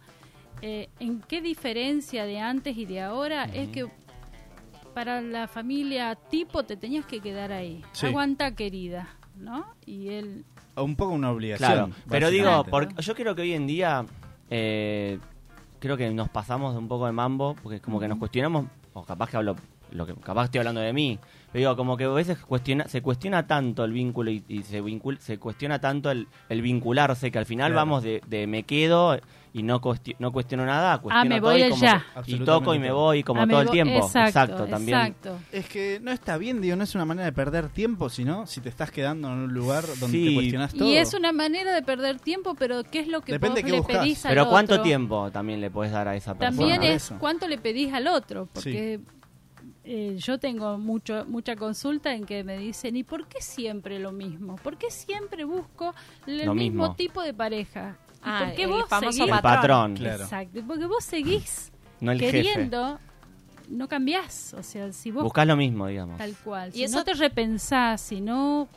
Speaker 11: Eh, ¿En qué diferencia de antes y de ahora es que para la familia tipo te tenías que quedar ahí?
Speaker 6: Sí.
Speaker 11: Aguanta querida, ¿no? Y él...
Speaker 6: Un poco una
Speaker 5: Claro.
Speaker 6: obligación.
Speaker 5: Pero digo,
Speaker 6: básicamente.
Speaker 5: porque yo creo que hoy en día eh, creo que nos pasamos de un poco de mambo, porque como que nos cuestionamos, o capaz que hablo, lo que capaz estoy hablando de mí, pero digo, como que a veces cuestiona, se cuestiona tanto el vínculo y, y se, vincul- se cuestiona tanto el, el vincularse que al final
Speaker 6: Claro.
Speaker 5: vamos de, de me quedo y no, cuesti- no cuestiono nada, cuestiono
Speaker 11: Ah, me
Speaker 5: todo
Speaker 11: voy
Speaker 5: y, como
Speaker 11: allá.
Speaker 5: que- y toco y me voy como
Speaker 11: Ah, me
Speaker 5: todo el
Speaker 11: vo-
Speaker 5: tiempo.
Speaker 11: Exacto,
Speaker 5: también.
Speaker 11: exacto.
Speaker 6: Es que no está bien, digo, no es una manera de perder tiempo, sino si te estás quedando en un lugar donde
Speaker 5: Sí.
Speaker 6: te cuestionas todo.
Speaker 11: Y es una manera de perder tiempo, pero ¿qué es lo que
Speaker 6: Depende
Speaker 11: vos
Speaker 6: qué
Speaker 11: le
Speaker 6: buscás.
Speaker 11: pedís al
Speaker 5: Pero ¿cuánto
Speaker 11: otro?
Speaker 5: tiempo también le puedes dar a esa persona?
Speaker 11: También es cuánto le pedís al otro, porque
Speaker 5: Sí.
Speaker 11: eh, yo tengo mucho, mucha consulta en que me dicen, ¿y por qué siempre lo mismo? ¿Por qué siempre busco el
Speaker 5: Lo
Speaker 11: mismo,
Speaker 5: mismo.
Speaker 11: tipo de pareja? ¿Y
Speaker 7: Ah,
Speaker 11: por qué
Speaker 7: el
Speaker 11: vos
Speaker 7: famoso
Speaker 11: seguís?
Speaker 5: El patrón. Claro.
Speaker 11: Exacto, y porque vos seguís
Speaker 5: No el jefe.
Speaker 11: queriendo, no cambiás, o sea, si vos...
Speaker 5: Buscás lo mismo, digamos.
Speaker 11: Tal cual,
Speaker 7: Y
Speaker 11: si
Speaker 7: eso-
Speaker 11: no te repensás, si no...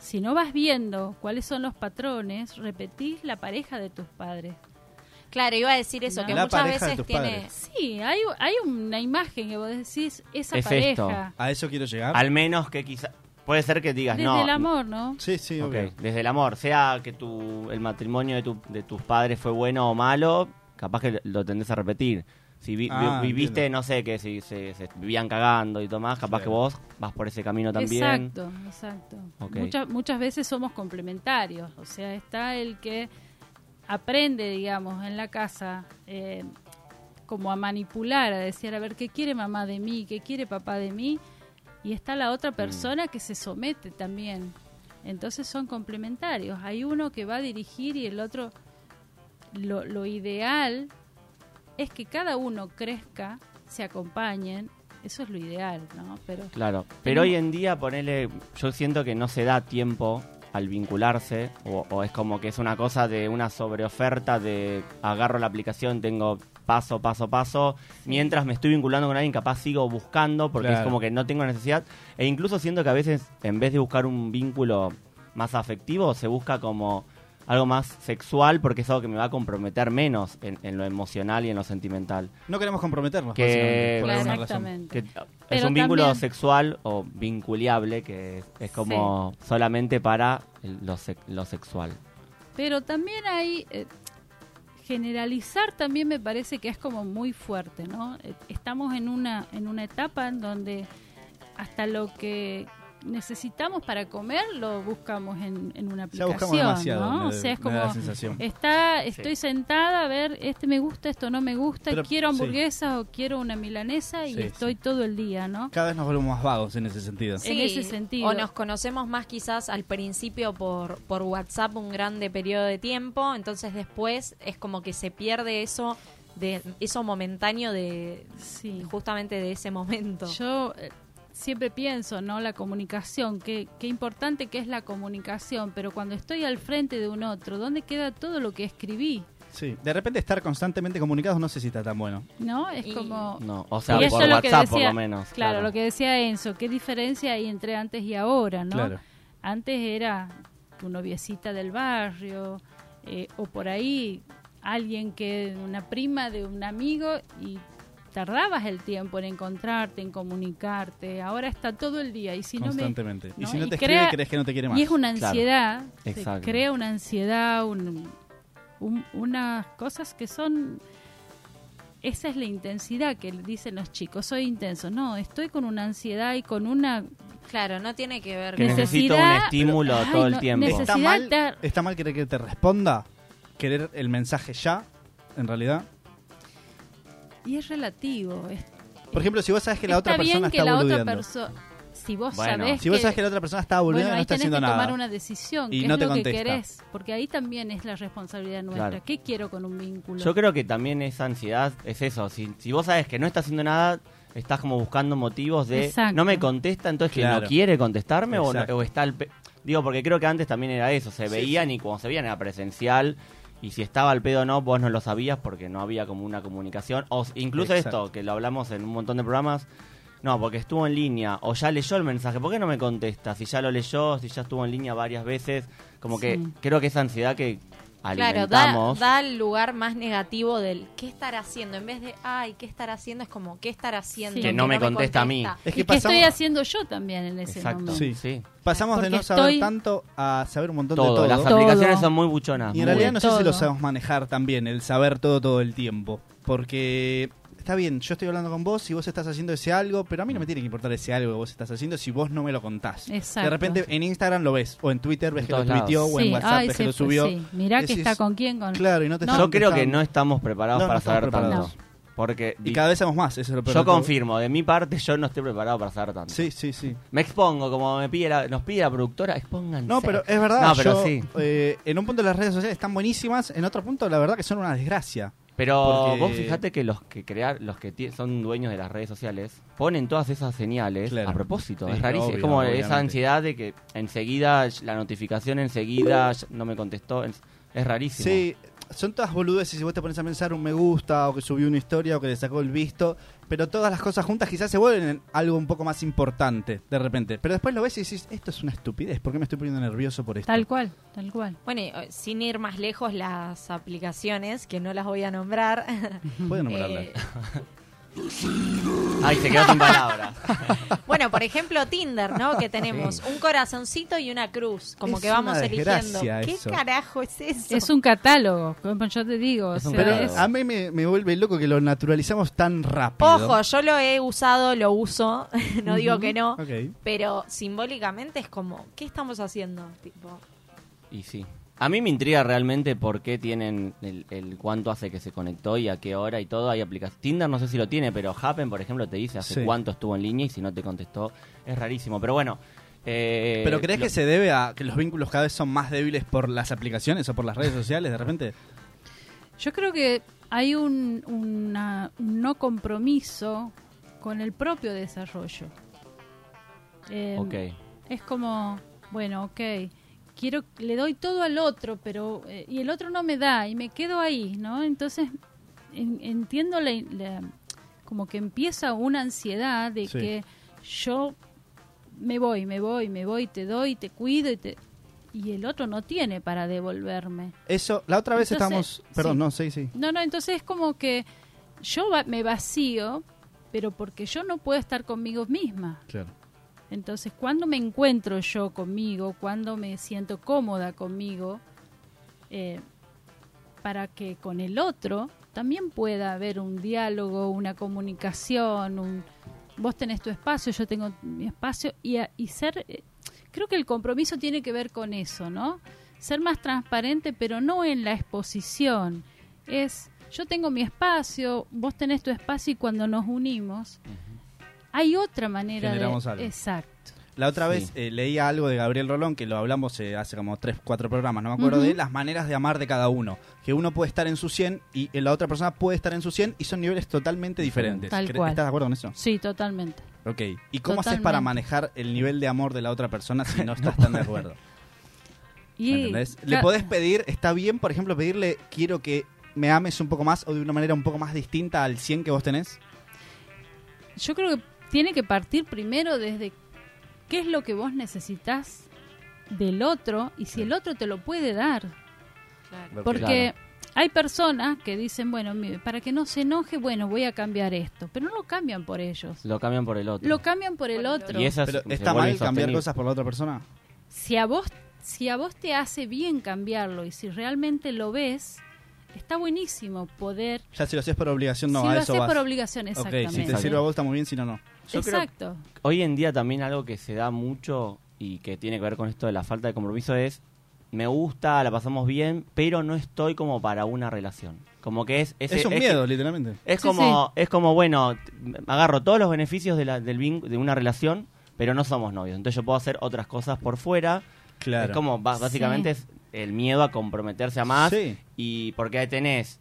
Speaker 11: Si no vas viendo cuáles son los patrones, repetís la pareja de tus padres.
Speaker 7: Claro, iba a decir eso, que
Speaker 6: La
Speaker 7: muchas
Speaker 6: pareja de
Speaker 7: veces
Speaker 6: tus
Speaker 7: tiene...
Speaker 6: padres.
Speaker 11: Sí, hay, hay una imagen que vos decís, esa
Speaker 5: Es
Speaker 11: pareja.
Speaker 5: esto.
Speaker 6: A eso quiero llegar.
Speaker 5: Al menos que quizá Puede ser que digas
Speaker 11: Desde
Speaker 5: no.
Speaker 11: el amor, ¿no?
Speaker 6: Sí, sí,
Speaker 5: Ok,
Speaker 6: obvio.
Speaker 5: Desde el amor. Sea que tu, el matrimonio de, tu- de tus padres fue bueno o malo, capaz que lo tendés a repetir. Si vi- vi-
Speaker 6: Ah,
Speaker 5: viviste, no sé, que si se, se vivían cagando y todo más, capaz que vos vas por ese camino también.
Speaker 11: Exacto, exacto.
Speaker 5: Ok. Mm.
Speaker 11: Muchas, muchas veces somos complementarios. O sea, está el que aprende, digamos, en la casa, eh, como a manipular, a decir, a ver, ¿qué quiere mamá de mí? ¿Qué quiere papá de mí? y está la otra persona que se somete también. Entonces son complementarios. Hay uno que va a dirigir y el otro... Lo, lo ideal es que cada uno crezca, se acompañen. Eso es lo ideal, ¿no? Pero
Speaker 5: Claro, pero hoy en día ponele, yo siento que no se da tiempo al vincularse o, o es como que es una cosa de una sobreoferta de agarro la aplicación, tengo paso, paso, paso, mientras me estoy vinculando con alguien capaz sigo buscando porque es
Speaker 6: Claro.
Speaker 5: como que no tengo necesidad e incluso siento que a veces en vez de buscar un vínculo más afectivo se busca como algo más sexual porque es algo que me va a comprometer menos en, en lo emocional y en lo sentimental
Speaker 6: No queremos comprometernos,
Speaker 5: que,
Speaker 6: básicamente, por alguna razón.
Speaker 5: que es
Speaker 11: Pero
Speaker 5: un vínculo
Speaker 11: también-
Speaker 5: sexual o vinculiable que es, es como solamente para el- lo, sex- lo sexual.
Speaker 11: Pero también hay. eh, generalizar también me parece que es como muy fuerte, ¿no? Eh, Estamos en una, en una etapa en donde hasta lo que necesitamos para comer lo buscamos en, en una
Speaker 6: Ya
Speaker 11: aplicación,
Speaker 6: buscamos demasiado,
Speaker 11: ¿no?
Speaker 6: me-
Speaker 11: o sea, es
Speaker 6: me
Speaker 11: como
Speaker 6: da la sensación.
Speaker 11: está,
Speaker 6: Sí.
Speaker 11: estoy sentada a ver, este me gusta, esto no me gusta,
Speaker 6: Pero-
Speaker 11: quiero
Speaker 6: sí.
Speaker 11: hamburguesas o quiero una milanesa y
Speaker 6: Sí,
Speaker 11: estoy todo el día, ¿no?
Speaker 6: Cada vez nos volvemos más vagos en ese sentido.
Speaker 11: En ese sentido.
Speaker 7: O nos conocemos más quizás al principio por, por WhatsApp un grande periodo de tiempo, entonces después es como que se pierde eso de eso momentáneo de justamente de ese momento.
Speaker 11: Yo eh, siempre pienso, ¿no? La comunicación, qué, qué importante que es la comunicación, pero cuando estoy al frente de un otro, ¿dónde queda todo lo que escribí?
Speaker 6: Eh, Sí, de repente estar constantemente comunicados no sé si está tan bueno.
Speaker 11: ¿No? Es como...
Speaker 5: No, o sea,
Speaker 11: Y eso
Speaker 5: por
Speaker 11: es lo que
Speaker 5: WhatsApp por
Speaker 11: decía-
Speaker 5: lo menos.
Speaker 11: Claro, lo que decía Enzo, qué diferencia hay entre antes y ahora, ¿no?
Speaker 5: Claro.
Speaker 11: Antes era tu noviecita del barrio eh, o por ahí alguien que una prima de un amigo y tardabas el tiempo en encontrarte, en comunicarte. Ahora está todo el día y si no me-
Speaker 6: Constantemente. Y si no te
Speaker 11: crea-
Speaker 6: escribe, crees que no te quiere más.
Speaker 11: Y es una
Speaker 6: Claro.
Speaker 11: ansiedad, se
Speaker 6: Exacto.
Speaker 11: crea una ansiedad, un- un- unas cosas que son esa es la intensidad que dicen los chicos, soy intenso. No, estoy con una ansiedad y con una
Speaker 7: Claro, no tiene que ver
Speaker 5: Que necesito un estímulo
Speaker 11: Ay,
Speaker 5: todo el
Speaker 11: no,
Speaker 5: tiempo.
Speaker 6: ¿Está
Speaker 11: necesidad
Speaker 6: mal,
Speaker 11: te-
Speaker 6: ¿Está mal querer que te responda? ¿Querer el mensaje ya, en realidad?
Speaker 11: y es relativo. Es-
Speaker 6: Por ejemplo, si vos sabes que la
Speaker 11: está
Speaker 6: otra
Speaker 11: bien
Speaker 6: persona
Speaker 11: que
Speaker 6: está
Speaker 11: la otra
Speaker 6: boludeando.
Speaker 11: persona si vos
Speaker 6: Bueno.
Speaker 11: sabés
Speaker 6: Si vos sabés que la otra persona está
Speaker 11: Bueno,
Speaker 6: boludeando y no
Speaker 11: ahí
Speaker 6: está
Speaker 11: tenés
Speaker 6: haciendo
Speaker 11: que
Speaker 6: nada.
Speaker 11: tomar una decisión,
Speaker 6: Y
Speaker 11: qué
Speaker 6: no
Speaker 11: es
Speaker 6: te
Speaker 11: lo que
Speaker 6: contesta.
Speaker 11: querés, porque ahí también es la responsabilidad nuestra,
Speaker 5: Claro.
Speaker 11: qué quiero con un vínculo.
Speaker 5: Yo creo que también esa ansiedad es eso. Si, si vos sabes que no está haciendo nada, estás como buscando motivos de
Speaker 11: Exacto.
Speaker 5: no me contesta, entonces que
Speaker 6: Claro.
Speaker 5: no quiere contestarme o, no-
Speaker 6: Exacto.
Speaker 5: o está al pe- Digo, porque creo que antes también era eso. Se
Speaker 6: Sí,
Speaker 5: veían y cuando se veían era presencial. Y si estaba al pedo o no, vos no lo sabías porque no había como una comunicación. O s- incluso
Speaker 6: Exacto.
Speaker 5: esto, que lo hablamos en un montón de programas. No, porque estuvo en línea o ya leyó el mensaje. ¿Por qué no me contesta? Si ya lo leyó, si ya estuvo en línea varias veces. Como que
Speaker 7: Sí.
Speaker 5: creo que esa ansiedad que
Speaker 7: Claro, da,
Speaker 5: alimentamos.
Speaker 7: da el lugar más negativo del qué estar haciendo. En vez de, ay, qué estar haciendo, es como, qué estar haciendo.
Speaker 5: Que no me contesta a mí.
Speaker 6: Es
Speaker 11: Es
Speaker 6: que
Speaker 11: ¿Qué
Speaker 6: pasamos-
Speaker 11: estoy haciendo yo también en ese momento?
Speaker 6: Sí. Pasamos de
Speaker 11: Porque
Speaker 6: no saber
Speaker 11: estoy-
Speaker 6: tanto a saber un montón
Speaker 5: Todo,
Speaker 6: de todo.
Speaker 5: las aplicaciones Todo. son muy buchonas,
Speaker 6: Y
Speaker 5: muy-
Speaker 6: en realidad no sé si lo
Speaker 5: Todo.
Speaker 6: sabemos manejar también, el saber todo todo el tiempo. Porque está bien, yo estoy hablando con vos y vos estás haciendo ese algo, pero a mí no me tiene que importar ese algo que vos estás haciendo si vos no me lo contás.
Speaker 11: Exacto.
Speaker 6: De repente en Instagram lo ves, o en Twitter ves
Speaker 5: En
Speaker 6: que lo
Speaker 5: todos lados.
Speaker 6: tuiteó, o en
Speaker 11: Sí,
Speaker 6: WhatsApp
Speaker 11: ay,
Speaker 6: ves
Speaker 11: se
Speaker 6: que lo
Speaker 11: fue,
Speaker 6: subió.
Speaker 11: sí. Mirá que
Speaker 6: Decís,
Speaker 11: está con quién, con-
Speaker 6: Claro, y no te
Speaker 5: Yo
Speaker 6: están
Speaker 5: creo que
Speaker 6: contestando.
Speaker 5: no estamos preparados
Speaker 6: No, no
Speaker 5: para
Speaker 6: estamos
Speaker 5: saber
Speaker 6: preparados.
Speaker 5: tanto. Porque
Speaker 6: Y cada vez somos más, eso es lo peor
Speaker 5: Yo
Speaker 6: de todo.
Speaker 5: confirmo, de mi parte yo no estoy preparado para saber tanto.
Speaker 6: Sí, sí, sí.
Speaker 5: Me expongo, como me pide la- nos pide la productora, expónganse.
Speaker 6: No, pero es verdad.
Speaker 5: No, pero
Speaker 6: yo,
Speaker 5: sí.
Speaker 6: eh, en un punto las redes sociales están buenísimas, en otro punto la verdad que son una desgracia.
Speaker 5: Pero
Speaker 6: Porque-
Speaker 5: vos fijate que los que crear, los que ti- son dueños de las redes sociales, ponen todas esas señales a propósito.
Speaker 6: Sí,
Speaker 5: es rarísimo.
Speaker 6: obvio,
Speaker 5: es como
Speaker 6: obviamente.
Speaker 5: esa ansiedad de que enseguida la notificación enseguida ya no me contestó. Es es rarísimo.
Speaker 6: Sí, son todas boludeces si vos te pones a pensar un me gusta o que subió una historia o que le sacó el visto, pero todas las cosas juntas quizás se vuelven en algo un poco más importante de repente. Pero después lo ves y decís, esto es una estupidez, ¿por qué me estoy poniendo nervioso por esto?
Speaker 11: Tal cual, tal cual.
Speaker 7: Bueno, y, eh, sin ir más lejos, las aplicaciones, que no las voy a nombrar.
Speaker 6: Puedo nombrarla.
Speaker 7: Eh,
Speaker 5: Ay, se quedó sin palabras.
Speaker 7: bueno, por ejemplo, Tinder, ¿no? Que tenemos un corazoncito y una cruz, como
Speaker 11: Es
Speaker 7: que vamos
Speaker 11: una
Speaker 7: eligiendo.
Speaker 11: desgracia
Speaker 7: ¿Qué
Speaker 6: eso.
Speaker 7: carajo es eso?
Speaker 11: Es un catálogo, como yo te digo. o sea,
Speaker 6: Pero
Speaker 11: es-
Speaker 6: a mí me, me vuelve loco que lo naturalizamos tan rápido.
Speaker 7: Ojo, yo lo he usado, lo uso, no digo que no,
Speaker 6: Ok.
Speaker 5: Eh,
Speaker 7: pero simbólicamente es como, ¿qué estamos haciendo? Tipo,
Speaker 5: Y sí. A mí me intriga realmente por qué tienen el, el cuánto hace que se conectó y a qué hora y todo. Hay aplicaciones. Tinder no sé si lo tiene, pero Happen, por ejemplo, te dice hace
Speaker 6: Sí.
Speaker 5: cuánto estuvo en línea y si no te contestó. Es rarísimo, pero bueno. eh,
Speaker 6: ¿Pero crees
Speaker 5: lo-
Speaker 6: que se debe a que los vínculos cada vez son más débiles por las aplicaciones o por las redes sociales de repente?
Speaker 11: Yo creo que hay un, una- un no compromiso con el propio desarrollo. Eh,
Speaker 5: Ok.
Speaker 11: Es como, bueno, ok, quiero, le doy todo al otro, pero eh, y el otro no me da y me quedo ahí, ¿no? Entonces en- entiendo la, la- como que empieza una ansiedad de
Speaker 12: Sí.
Speaker 11: que yo me voy, me voy, me voy, te doy, te cuido y te y el otro no tiene para devolverme.
Speaker 6: Eso, la otra vez
Speaker 11: Entonces,
Speaker 6: estábamos... Perdón,
Speaker 11: sí.
Speaker 6: no, sí, sí.
Speaker 11: No, no, entonces es como que yo va- me vacío, pero porque yo no puedo estar conmigo misma.
Speaker 6: Claro.
Speaker 11: Entonces, cuando me encuentro yo conmigo, cuando me siento cómoda conmigo, eh, para que con el otro también pueda haber un diálogo, una comunicación, un, vos tenés tu espacio, yo tengo mi espacio, y, a- y ser, eh, creo que el compromiso tiene que ver con eso, ¿no? Ser más transparente, pero no en la exposición. Es, yo tengo mi espacio, vos tenés tu espacio y cuando nos unimos, hay otra manera
Speaker 6: Generamos
Speaker 11: de...
Speaker 6: algo.
Speaker 11: Exacto.
Speaker 6: La otra
Speaker 5: Sí.
Speaker 6: vez eh, leía algo de Gabriel Rolón, que lo hablamos eh, hace como 3, 4 programas, no me acuerdo,
Speaker 11: Ujú.
Speaker 6: de las maneras de amar de cada uno. Que uno puede estar en su 100 y eh, la otra persona puede estar en su 100 y son niveles totalmente diferentes.
Speaker 11: Tal
Speaker 6: ¿Cre-
Speaker 11: cual.
Speaker 6: ¿Estás de acuerdo con eso?
Speaker 11: Sí, totalmente.
Speaker 6: Ok. ¿Y cómo haces para
Speaker 11: Totalmente.
Speaker 6: manejar el nivel de amor de la otra persona si no estás tan de acuerdo?
Speaker 11: Y,
Speaker 6: ¿Me entendés? Le
Speaker 11: ca-
Speaker 6: podés pedir, está bien, por ejemplo, pedirle quiero que me ames un poco más o de una manera un poco más distinta al 100 que vos tenés.
Speaker 11: Yo creo que tiene que partir primero desde qué es lo que vos necesitas del otro y si el otro te lo puede dar. Porque hay personas que dicen, bueno, mi- para que no se enoje, bueno, voy a cambiar esto, pero no lo cambian por ellos.
Speaker 5: Lo cambian por el otro.
Speaker 11: Lo cambian por el otro.
Speaker 5: Y esas
Speaker 6: Pero
Speaker 5: se
Speaker 6: está
Speaker 5: vuelven
Speaker 6: mal cambiar
Speaker 5: insostenibles.
Speaker 6: cosas por la otra persona.
Speaker 11: si a vos si a vos te hace bien cambiarlo y si realmente lo ves está buenísimo poder
Speaker 6: Ya si lo haces por obligación, no,
Speaker 11: Si
Speaker 6: a
Speaker 11: lo
Speaker 6: eso
Speaker 11: haces
Speaker 6: vas.
Speaker 11: por obligación,
Speaker 6: Ok, si te
Speaker 11: exactamente.
Speaker 6: sirve a vos está muy bien, si no, no.
Speaker 5: Yo creo-
Speaker 11: exacto
Speaker 5: Hoy en día también algo que se da mucho y que tiene que ver con esto de la falta de compromiso es me gusta, la pasamos bien, pero no estoy como para una relación. Como que es
Speaker 6: Es un miedo, literalmente.
Speaker 5: Es
Speaker 6: Sí,
Speaker 5: como es como bueno, t- agarro todos los beneficios de la- del vin- de una relación, pero no somos novios. Entonces yo puedo hacer otras cosas por fuera.
Speaker 6: Claro.
Speaker 5: Es como ba- básicamente es el miedo a comprometerse a más y porque ahí tenés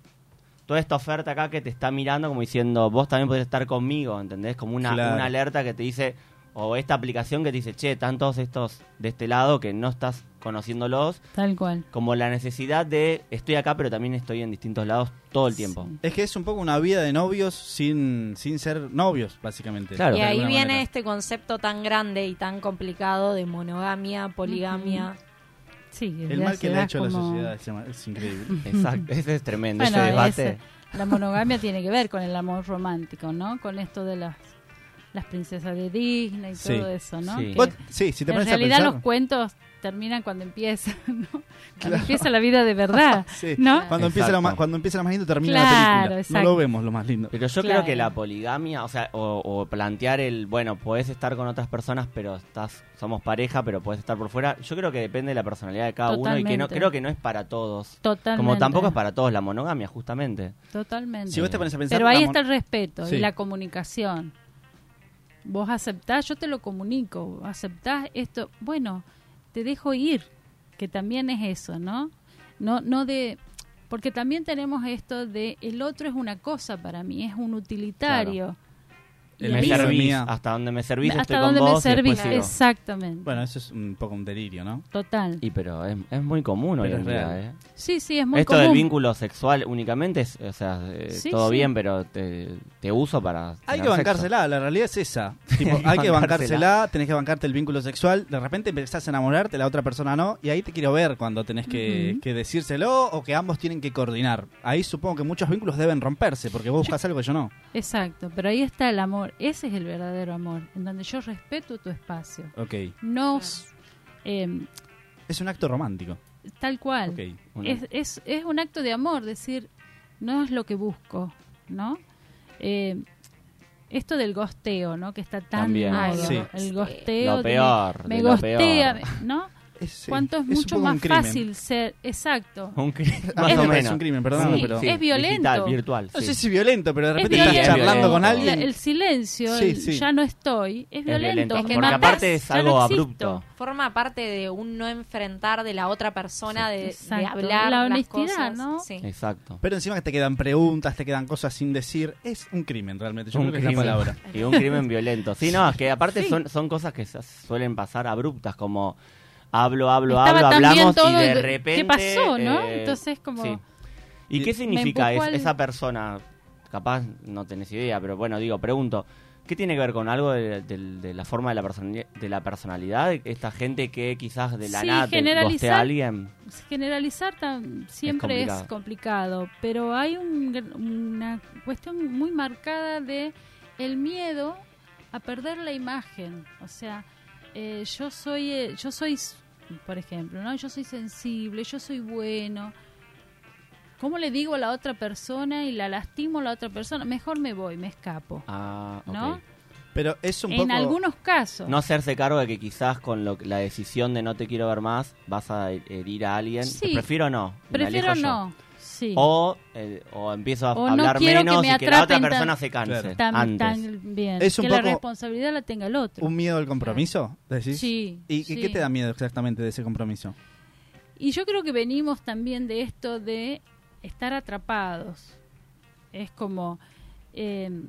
Speaker 5: toda esta oferta acá que te está mirando como diciendo, vos también podés estar conmigo, ¿entendés? Como una,
Speaker 6: Claro.
Speaker 5: una alerta que te dice, o esta aplicación que te dice, che, están todos estos de este lado que no estás conociéndolos.
Speaker 11: Tal cual.
Speaker 5: Como la necesidad de, estoy acá, pero también estoy en distintos lados todo el tiempo.
Speaker 6: Es que es un poco una vida de novios sin, sin ser novios, básicamente.
Speaker 5: Claro.
Speaker 7: Y
Speaker 6: De
Speaker 7: ahí
Speaker 6: alguna
Speaker 7: viene
Speaker 6: manera.
Speaker 7: este concepto tan grande y tan complicado de monogamia, poligamia.
Speaker 11: Sí,
Speaker 6: El mal que le ha hecho a la sociedad es, ima- es increíble.
Speaker 5: Exacto, ese es tremendo,
Speaker 11: Bueno, ese- la monogamia tiene que ver con el amor romántico no con esto de las las princesas de Disney y
Speaker 6: Sí,
Speaker 11: todo eso no
Speaker 6: sí.
Speaker 11: Que
Speaker 6: Vos- sí, si te
Speaker 11: en
Speaker 6: pones a
Speaker 11: realidad
Speaker 6: pensar-
Speaker 11: los cuentos terminan cuando empiezan ¿no? cuando
Speaker 6: Claro.
Speaker 11: empieza la vida de verdad
Speaker 6: Sí.
Speaker 11: no
Speaker 6: Cuando, empieza lo
Speaker 5: Exacto.
Speaker 6: más, cuando empieza lo más lindo, termina
Speaker 11: Claro,
Speaker 6: la película.
Speaker 11: exacto.
Speaker 6: No lo vemos lo más lindo.
Speaker 5: Pero yo
Speaker 11: Claro.
Speaker 5: creo que la poligamia, o sea, o, o plantear el, bueno, podés estar con otras personas, pero estás, somos pareja, pero podés estar por fuera. Yo creo que depende de la personalidad de cada uno y que no
Speaker 11: Totalmente.
Speaker 5: creo que no es para todos. Como
Speaker 11: Totalmente.
Speaker 5: tampoco es para todos la monogamia, justamente.
Speaker 11: Totalmente.
Speaker 5: Si vos te pones a pensar,
Speaker 11: Pero ahí
Speaker 5: la mon-
Speaker 11: está el respeto
Speaker 5: Sí.
Speaker 11: y la comunicación. Vos aceptás, yo te lo comunico, aceptás esto, bueno, te dejo ir, que también es eso, ¿no? No no de porque también tenemos esto de el otro es una cosa para mí, es un utilitario. Y
Speaker 6: El
Speaker 11: ahí-
Speaker 5: me
Speaker 6: mío es
Speaker 5: servís,
Speaker 6: mía.
Speaker 5: hasta donde me servís,
Speaker 11: Hasta
Speaker 5: estoy con
Speaker 11: donde me
Speaker 5: vos y
Speaker 11: servís,
Speaker 5: después sigo.
Speaker 11: exactamente.
Speaker 6: Bueno, eso es un poco un delirio, ¿no?
Speaker 11: Total.
Speaker 5: Y pero es, es muy común hoy
Speaker 6: Pero
Speaker 5: en
Speaker 6: es
Speaker 5: día,
Speaker 6: real.
Speaker 5: ¿eh?
Speaker 11: Sí, sí, es muy
Speaker 5: Esto del
Speaker 11: común.
Speaker 5: vínculo sexual únicamente es, o sea, eh,
Speaker 11: Sí,
Speaker 5: todo
Speaker 11: sí.
Speaker 5: bien, pero te, te uso para... tener
Speaker 6: Hay que
Speaker 5: sexo.
Speaker 6: bancársela, la realidad es esa. Tipo,
Speaker 5: Hay que
Speaker 6: hay que
Speaker 5: bancársela,
Speaker 6: bancársela, tenés que bancarte el vínculo sexual, de repente empezás a enamorarte, la otra persona no, y ahí te quiero ver cuando tenés que,
Speaker 11: Ujú.
Speaker 6: que decírselo o que ambos tienen que coordinar. Ahí supongo que muchos vínculos deben romperse, porque vos buscas algo que yo no.
Speaker 11: Exacto, pero ahí está el amor, ese es el verdadero amor, en donde yo respeto tu espacio.
Speaker 6: Ok.
Speaker 11: No s- em,
Speaker 6: Es un acto romántico.
Speaker 11: Tal cual.
Speaker 6: Ok, bueno.
Speaker 11: Es, es- es un acto de amor, decir, no es lo que busco, ¿no? Eh, esto del gosteo, ¿no? Que está tan...
Speaker 5: También.
Speaker 11: de
Speaker 5: Ay,
Speaker 11: moda,
Speaker 5: sí.
Speaker 11: El gosteo...
Speaker 5: Lo
Speaker 11: de
Speaker 5: peor,
Speaker 11: Me, me
Speaker 5: de lo
Speaker 11: gostea,
Speaker 5: peor.
Speaker 11: ¿no?
Speaker 6: es, sí,
Speaker 11: cuánto es,
Speaker 6: es un
Speaker 11: mucho
Speaker 6: poco un
Speaker 11: más
Speaker 6: crimen.
Speaker 11: fácil ser. Exacto.
Speaker 5: Un crimen,
Speaker 6: Ah,
Speaker 5: más o
Speaker 6: me parece
Speaker 5: menos.
Speaker 6: un crimen, perdón,
Speaker 11: Sí,
Speaker 6: pero-
Speaker 11: es violento.
Speaker 5: Digital, virtual.
Speaker 6: No
Speaker 5: sí.
Speaker 6: sé si violento, pero de repente
Speaker 5: Es
Speaker 6: estás
Speaker 5: violento.
Speaker 6: charlando con
Speaker 5: La-
Speaker 6: alguien.
Speaker 11: El silencio,
Speaker 6: Sí,
Speaker 11: el
Speaker 6: sí.
Speaker 11: ya no estoy, es, violento.
Speaker 5: violento,
Speaker 11: me
Speaker 5: porque
Speaker 11: matás,
Speaker 5: aparte es
Speaker 11: ya no
Speaker 5: algo
Speaker 11: existo.
Speaker 5: abrupto.
Speaker 7: Forma parte de un no enfrentar de la otra persona, de, de
Speaker 11: Exacto.
Speaker 7: hablar.
Speaker 11: La
Speaker 7: las
Speaker 11: honestidad,
Speaker 7: cosas.
Speaker 11: ¿no?
Speaker 7: Sí.
Speaker 5: Exacto.
Speaker 6: Pero encima que te quedan preguntas, te quedan cosas sin decir. Es un crimen realmente. Yo
Speaker 5: Un
Speaker 6: creo que es la
Speaker 5: crimen.
Speaker 6: palabra.
Speaker 5: Y un crimen violento. Sí, no, es que aparte
Speaker 6: Sí.
Speaker 5: son, son cosas que se- suelen pasar abruptas, como hablo, hablo,
Speaker 11: Estaba
Speaker 5: hablo,
Speaker 11: tan bien
Speaker 5: hablamos
Speaker 11: todo
Speaker 5: y de
Speaker 11: y- ¿qué
Speaker 5: repente. eh,
Speaker 11: pasó, no? Entonces, como-
Speaker 5: ¿Y
Speaker 11: Me
Speaker 5: qué significa es-
Speaker 11: empujó al-
Speaker 5: esa persona? Capaz no tenés idea, pero bueno, digo, pregunto. ¿Qué tiene que ver con algo de, de- de la forma de la, personali- de la personalidad? Esta gente que quizás de la
Speaker 11: Sí,
Speaker 5: nada te
Speaker 11: generalizar.
Speaker 5: gostea a alguien.
Speaker 11: Generalizar tan- siempre es complicado.
Speaker 5: complicado.
Speaker 11: pero hay un gr- una cuestión muy marcada de el miedo a perder la imagen. O sea, eh, yo soy, eh, yo soy, s- por ejemplo, no, yo soy sensible, yo soy bueno. ¿Cómo le digo a la otra persona y la lastimo a la otra persona? Mejor me voy, me escapo,
Speaker 5: Ah, ok.
Speaker 11: ¿no?
Speaker 6: Pero es un
Speaker 11: en
Speaker 6: poco.
Speaker 11: algunos casos.
Speaker 5: No hacerse cargo de que quizás con lo, la decisión de no te quiero ver más vas a herir a alguien.
Speaker 11: Sí.
Speaker 5: Prefiero no. me
Speaker 11: Prefiero
Speaker 5: alejo yo.
Speaker 11: no. Sí.
Speaker 5: O, eh, o empiezo a
Speaker 11: O no
Speaker 5: hablar
Speaker 11: quiero que
Speaker 5: menos
Speaker 11: me
Speaker 5: y que la otra
Speaker 11: atrapen tan-
Speaker 5: persona se canse.
Speaker 11: Tan-
Speaker 5: antes.
Speaker 11: tan bien.
Speaker 6: Es un
Speaker 11: que la
Speaker 6: poco-
Speaker 11: responsabilidad la tenga el otro.
Speaker 6: ¿Un miedo al compromiso? ¿Decís?
Speaker 11: Sí,
Speaker 6: ¿Y y
Speaker 11: sí.
Speaker 6: qué te da miedo exactamente de ese compromiso?
Speaker 11: Y yo creo que venimos también de esto de estar atrapados. Es como... eh,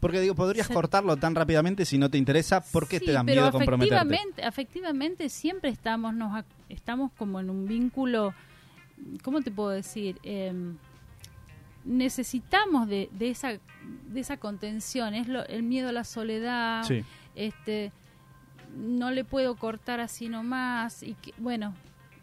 Speaker 6: Porque digo, podrías
Speaker 11: Se-
Speaker 6: cortarlo tan rápidamente si no te interesa. ¿Por qué
Speaker 11: sí,
Speaker 6: te da
Speaker 11: pero
Speaker 6: miedo comprometerte?
Speaker 11: afectivamente, afectivamente siempre estamos, nos, ac- estamos como en un vínculo... ¿Cómo te puedo decir? Eh, necesitamos de, de esa, de esa contención. Es lo- el miedo a la soledad.
Speaker 6: Sí.
Speaker 11: Este, no le puedo cortar así nomás. Y que, bueno,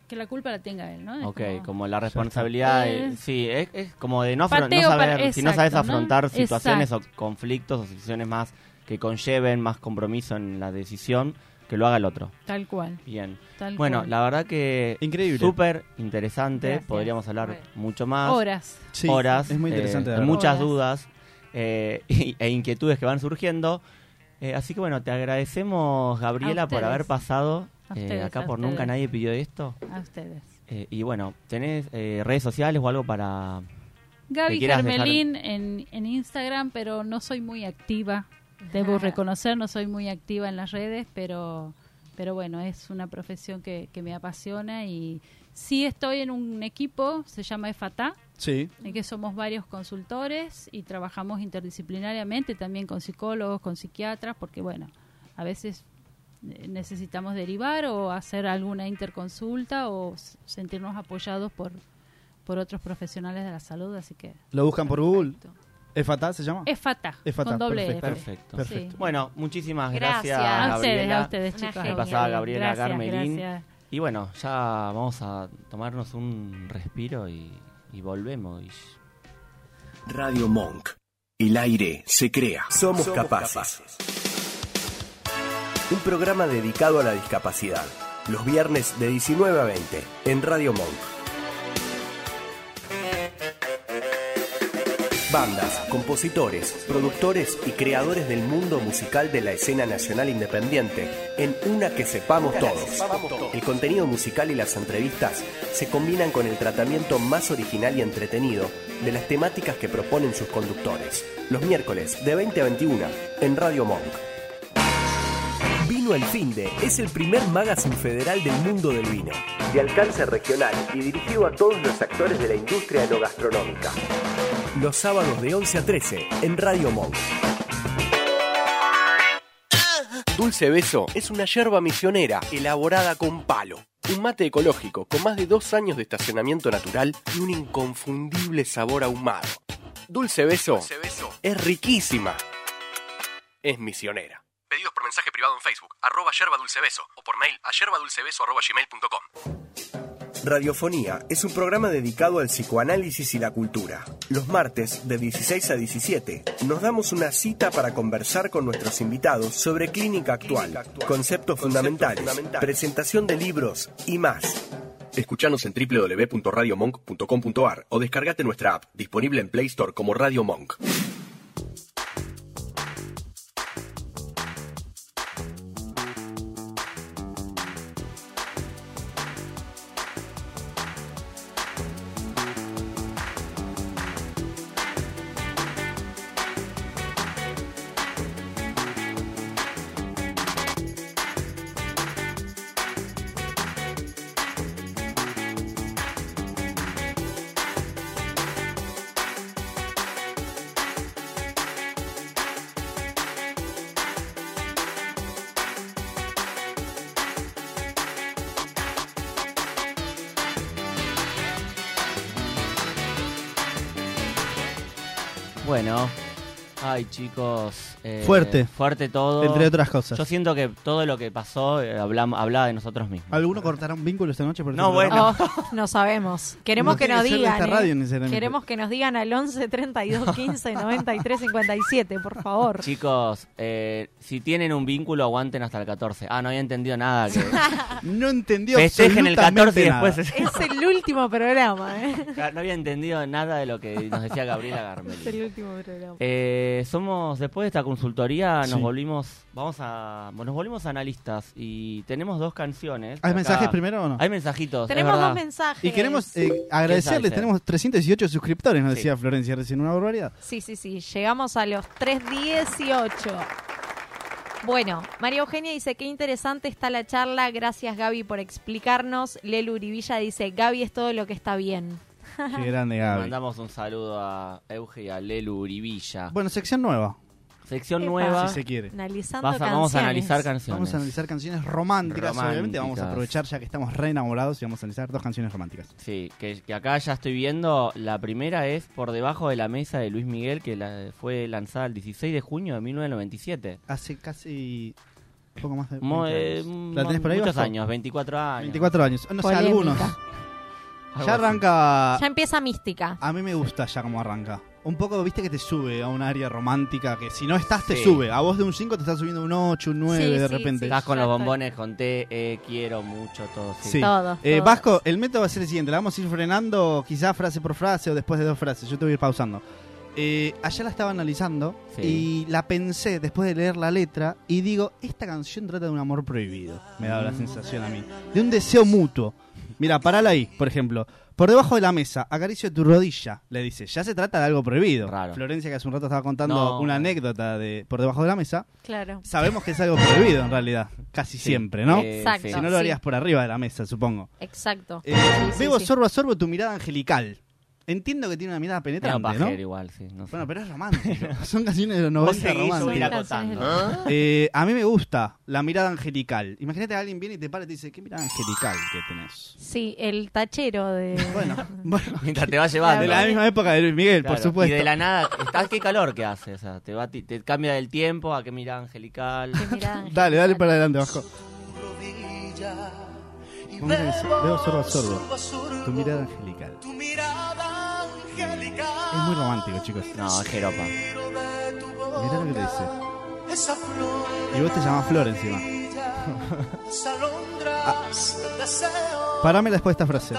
Speaker 11: que la culpa la tenga él, ¿no? Es
Speaker 5: Ok,
Speaker 11: como-
Speaker 5: como la responsabilidad. de-
Speaker 11: Eh,
Speaker 5: sí, es, es como de no, afron- no
Speaker 11: pateo
Speaker 5: saber.
Speaker 11: para-
Speaker 5: si no sabes
Speaker 11: exacto, ¿no?
Speaker 5: afrontar situaciones o conflictos o situaciones más que conlleven más compromiso en la decisión, que lo haga el otro.
Speaker 11: Tal cual.
Speaker 5: Bien.
Speaker 11: Tal
Speaker 5: bueno,
Speaker 11: cual.
Speaker 5: la verdad que
Speaker 6: increíble,
Speaker 5: súper interesante.
Speaker 11: Gracias.
Speaker 5: Podríamos hablar mucho más.
Speaker 11: Horas.
Speaker 6: Sí,
Speaker 5: horas. eh,
Speaker 6: es muy interesante, la verdad.
Speaker 5: muchas
Speaker 11: Horas.
Speaker 5: dudas eh, y- e inquietudes que van surgiendo. Eh, así que bueno, te agradecemos
Speaker 11: A
Speaker 5: Gabriela por
Speaker 11: ustedes.
Speaker 5: haber pasado
Speaker 11: A
Speaker 5: eh,
Speaker 11: ustedes,
Speaker 5: acá
Speaker 11: a
Speaker 5: por nunca
Speaker 11: ustedes.
Speaker 5: nadie pidió esto.
Speaker 11: A ustedes.
Speaker 5: Eh, y bueno, ¿tenés eh, redes sociales o algo para
Speaker 11: Gaby eh,
Speaker 5: que quieras
Speaker 11: Germelín en, en Instagram, pero no soy muy activa. Debo reconocer, no soy muy activa en las redes, pero, pero bueno, es una profesión que, que me apasiona y sí estoy en un equipo, se llama EFATA,
Speaker 6: Sí.
Speaker 11: en que somos varios consultores y trabajamos interdisciplinariamente también con psicólogos, con psiquiatras, porque bueno, a veces eh, necesitamos derivar o hacer alguna interconsulta o s- sentirnos apoyados por, por otros profesionales de la salud, así que
Speaker 6: ¿Lo buscan por Google? ¿EFATA se llama?
Speaker 11: EFATA,
Speaker 6: EFATA,
Speaker 11: con doble
Speaker 6: perfecto.
Speaker 11: F.
Speaker 5: Perfecto.
Speaker 6: Perfecto.
Speaker 11: Sí.
Speaker 5: Bueno, muchísimas
Speaker 11: Gracias.
Speaker 5: gracias.
Speaker 11: A ustedes,
Speaker 5: Gabriela.
Speaker 11: a ustedes, Una chicas.
Speaker 5: Me
Speaker 11: genia.
Speaker 5: pasaba Gabriela
Speaker 11: Gracias,
Speaker 5: Carmelín.
Speaker 11: gracias.
Speaker 5: Y bueno, ya vamos a tomarnos un respiro y, y volvemos. Y
Speaker 13: Radio Monk. El aire se crea.
Speaker 12: Somos capaces. Un programa dedicado a la discapacidad. Los viernes de 19 a 20 en Radio Monk. Bandas, compositores, productores y creadores del mundo musical de la escena nacional independiente, en una que sepamos todos. El contenido musical y las entrevistas se combinan con el tratamiento más original y entretenido de las temáticas que proponen sus conductores. Los miércoles de 20 a 21 en Radio Monk. Vino el Finde es el primer magazine federal del mundo del vino, de alcance regional y dirigido a todos los actores de la industria enogastronómica. Los sábados de 11 a 13 en Radio Monk. Dulce Beso es una yerba misionera elaborada con palo. Un mate ecológico con más de dos años de estacionamiento natural y un inconfundible sabor ahumado. Dulce Beso, es riquísima. Es misionera. Pedidos por mensaje privado en Facebook, arroba yerba dulce beso o por mail a yerbadulcebeso arroba gmail.com. Radiofonía es un programa dedicado al psicoanálisis y la cultura. Los martes, de 16 a 17, nos damos una cita para conversar con nuestros invitados sobre clínica actual, conceptos, fundamentales, presentación de libros y más. Escuchanos en www.radiomonk.com.ar o descargate nuestra app, disponible en Play Store como Radio Monk.
Speaker 5: Bueno. Ay, chicos. eh,
Speaker 6: Fuerte.
Speaker 5: Fuerte todo.
Speaker 6: Entre otras cosas.
Speaker 5: Yo siento que todo lo que pasó eh, hablam- hablaba de nosotros mismos.
Speaker 6: ¿Alguno cortará un vínculo esta noche? Por
Speaker 5: No,
Speaker 6: este programa?
Speaker 5: bueno.
Speaker 7: Oh, no sabemos. Queremos
Speaker 6: No
Speaker 7: que
Speaker 6: tiene
Speaker 7: nos
Speaker 6: que ser de
Speaker 7: digan.
Speaker 6: esta
Speaker 7: ¿eh?
Speaker 6: radio, necesariamente.
Speaker 7: Queremos que nos digan al 11 32 15 93 57, por favor.
Speaker 5: Chicos, eh, si tienen un vínculo, aguanten hasta el 14. Ah, no había entendido nada. Que...
Speaker 6: No entendió
Speaker 5: Festejen el 14 y
Speaker 6: absolutamente
Speaker 5: después.
Speaker 6: nada.
Speaker 7: Es el último programa, ¿eh?
Speaker 5: Claro, No había entendido nada de lo que nos decía Gabriela Garmel.
Speaker 7: Es el último programa.
Speaker 5: Eh, somos, después de esta consultoría, nos
Speaker 6: Sí.
Speaker 5: volvimos, vamos a, nos volvimos analistas y tenemos dos canciones.
Speaker 6: ¿Hay
Speaker 5: Acá-
Speaker 6: mensajes primero o no?
Speaker 5: Ah. Hay mensajitos.
Speaker 7: Tenemos
Speaker 5: es verdad.
Speaker 7: dos mensajes.
Speaker 6: Y queremos eh,
Speaker 5: ¿Quién
Speaker 6: agradecerles,
Speaker 5: sabe?
Speaker 6: tenemos 318 suscriptores, nos
Speaker 5: Sí.
Speaker 6: decía Florencia recién, una barbaridad.
Speaker 7: Sí, sí, sí. Llegamos a los 318. Bueno, María Eugenia dice, qué interesante está la charla. Gracias, Gaby, por explicarnos. Lelu Uribilla dice, Gaby es todo lo que está bien.
Speaker 6: Qué grande,
Speaker 5: Le
Speaker 6: Gaby.
Speaker 5: Mandamos un saludo a Euge y a Lelu Uribilla.
Speaker 6: Bueno, sección nueva.
Speaker 5: Sección nueva.
Speaker 6: Si se quiere.
Speaker 7: Analizando
Speaker 5: Vas a- vamos a analizar canciones.
Speaker 6: Vamos a analizar canciones románticas,
Speaker 5: Románticas.
Speaker 6: obviamente. Vamos a aprovechar ya que estamos re enamorados y vamos a analizar dos canciones románticas.
Speaker 5: Sí, que, que acá ya estoy viendo. La primera es Por debajo de la mesa de Luis Miguel, que la- fue lanzada el 16 de junio de 1997.
Speaker 6: Hace casi un poco más de.
Speaker 5: Mo-
Speaker 6: 20
Speaker 5: eh,
Speaker 6: años. ¿La tenés por ahí?
Speaker 5: Muchos
Speaker 6: Vasco?
Speaker 5: años, 24 años.
Speaker 6: 24 años. No sé,
Speaker 7: Polémica.
Speaker 6: algunos.
Speaker 5: Algo
Speaker 6: Ya
Speaker 5: así. Ah.
Speaker 6: arranca.
Speaker 7: Ya empieza mística.
Speaker 6: A mí me gusta ya como arranca. Un poco, viste que te sube a un área romántica que si no estás te
Speaker 5: Sí.
Speaker 6: sube. A vos de un 5 te está subiendo un 8, un 9
Speaker 7: Sí,
Speaker 6: de
Speaker 7: sí,
Speaker 6: repente.
Speaker 7: sí.
Speaker 5: Estás con
Speaker 7: Ya
Speaker 5: los
Speaker 7: estoy.
Speaker 5: bombones, con té, eh, quiero mucho, todo. Sí.
Speaker 6: Sí.
Speaker 7: Todos,
Speaker 6: Eh,
Speaker 7: todos.
Speaker 6: Vasco, el método va a ser el siguiente. La vamos a ir frenando quizás frase por frase o después de dos frases. Yo te voy a ir pausando. Eh, ayer la estaba analizando
Speaker 5: Sí.
Speaker 6: y la pensé después de leer la letra y digo, esta canción trata de un amor prohibido. Me da la sensación a mí. De un deseo mutuo. Mira, parala ahí, por ejemplo. Por debajo de la mesa, acaricio tu rodilla, le dice. Ya se trata de algo prohibido.
Speaker 5: Raro.
Speaker 6: Florencia, que hace un rato estaba contando
Speaker 5: No.
Speaker 6: una anécdota de por debajo de la mesa.
Speaker 7: Claro.
Speaker 6: Sabemos que es algo prohibido en realidad, casi
Speaker 5: Sí.
Speaker 6: siempre, ¿no?
Speaker 5: Eh,
Speaker 7: Exacto.
Speaker 5: sí.
Speaker 6: Si no lo
Speaker 7: sí.
Speaker 6: harías por arriba de la mesa, supongo.
Speaker 7: Exacto.
Speaker 6: Eh, veo sorbo a sorbo tu mirada angelical. Entiendo que tiene una mirada
Speaker 5: Era un
Speaker 6: penetrante, ¿no?
Speaker 5: pajero igual, sí. no sé.
Speaker 6: Bueno, pero es romántico. Son canciones de los
Speaker 5: Vos
Speaker 6: 90
Speaker 5: seguís, yo voy a ir
Speaker 6: románticas.
Speaker 5: acotando.
Speaker 6: Eh, a mí me gusta la mirada angelical. Imagínate a alguien viene y te para y te dice, ¿qué mirada angelical que tenés?
Speaker 7: Sí, el tachero de...
Speaker 6: Bueno, bueno,
Speaker 5: Mientras te va llevando.
Speaker 6: de la misma época de Luis Miguel,
Speaker 5: Claro,
Speaker 6: por supuesto.
Speaker 5: Y de la nada, estás, qué calor que hace. O sea, te, va, ti- te cambia del tiempo a que mira angelical.
Speaker 7: Qué mirada
Speaker 6: Dale, dale
Speaker 7: angelical.
Speaker 6: para adelante, Vasco. ¿Cómo es que dice? Veo sorbo a sorbo tu mirada angelical. Es muy romántico, chicos.
Speaker 5: No, es jeropa.
Speaker 6: Mirá lo que te dice. Y vos te llamás Flor encima. Ah. Parame después de esta frase.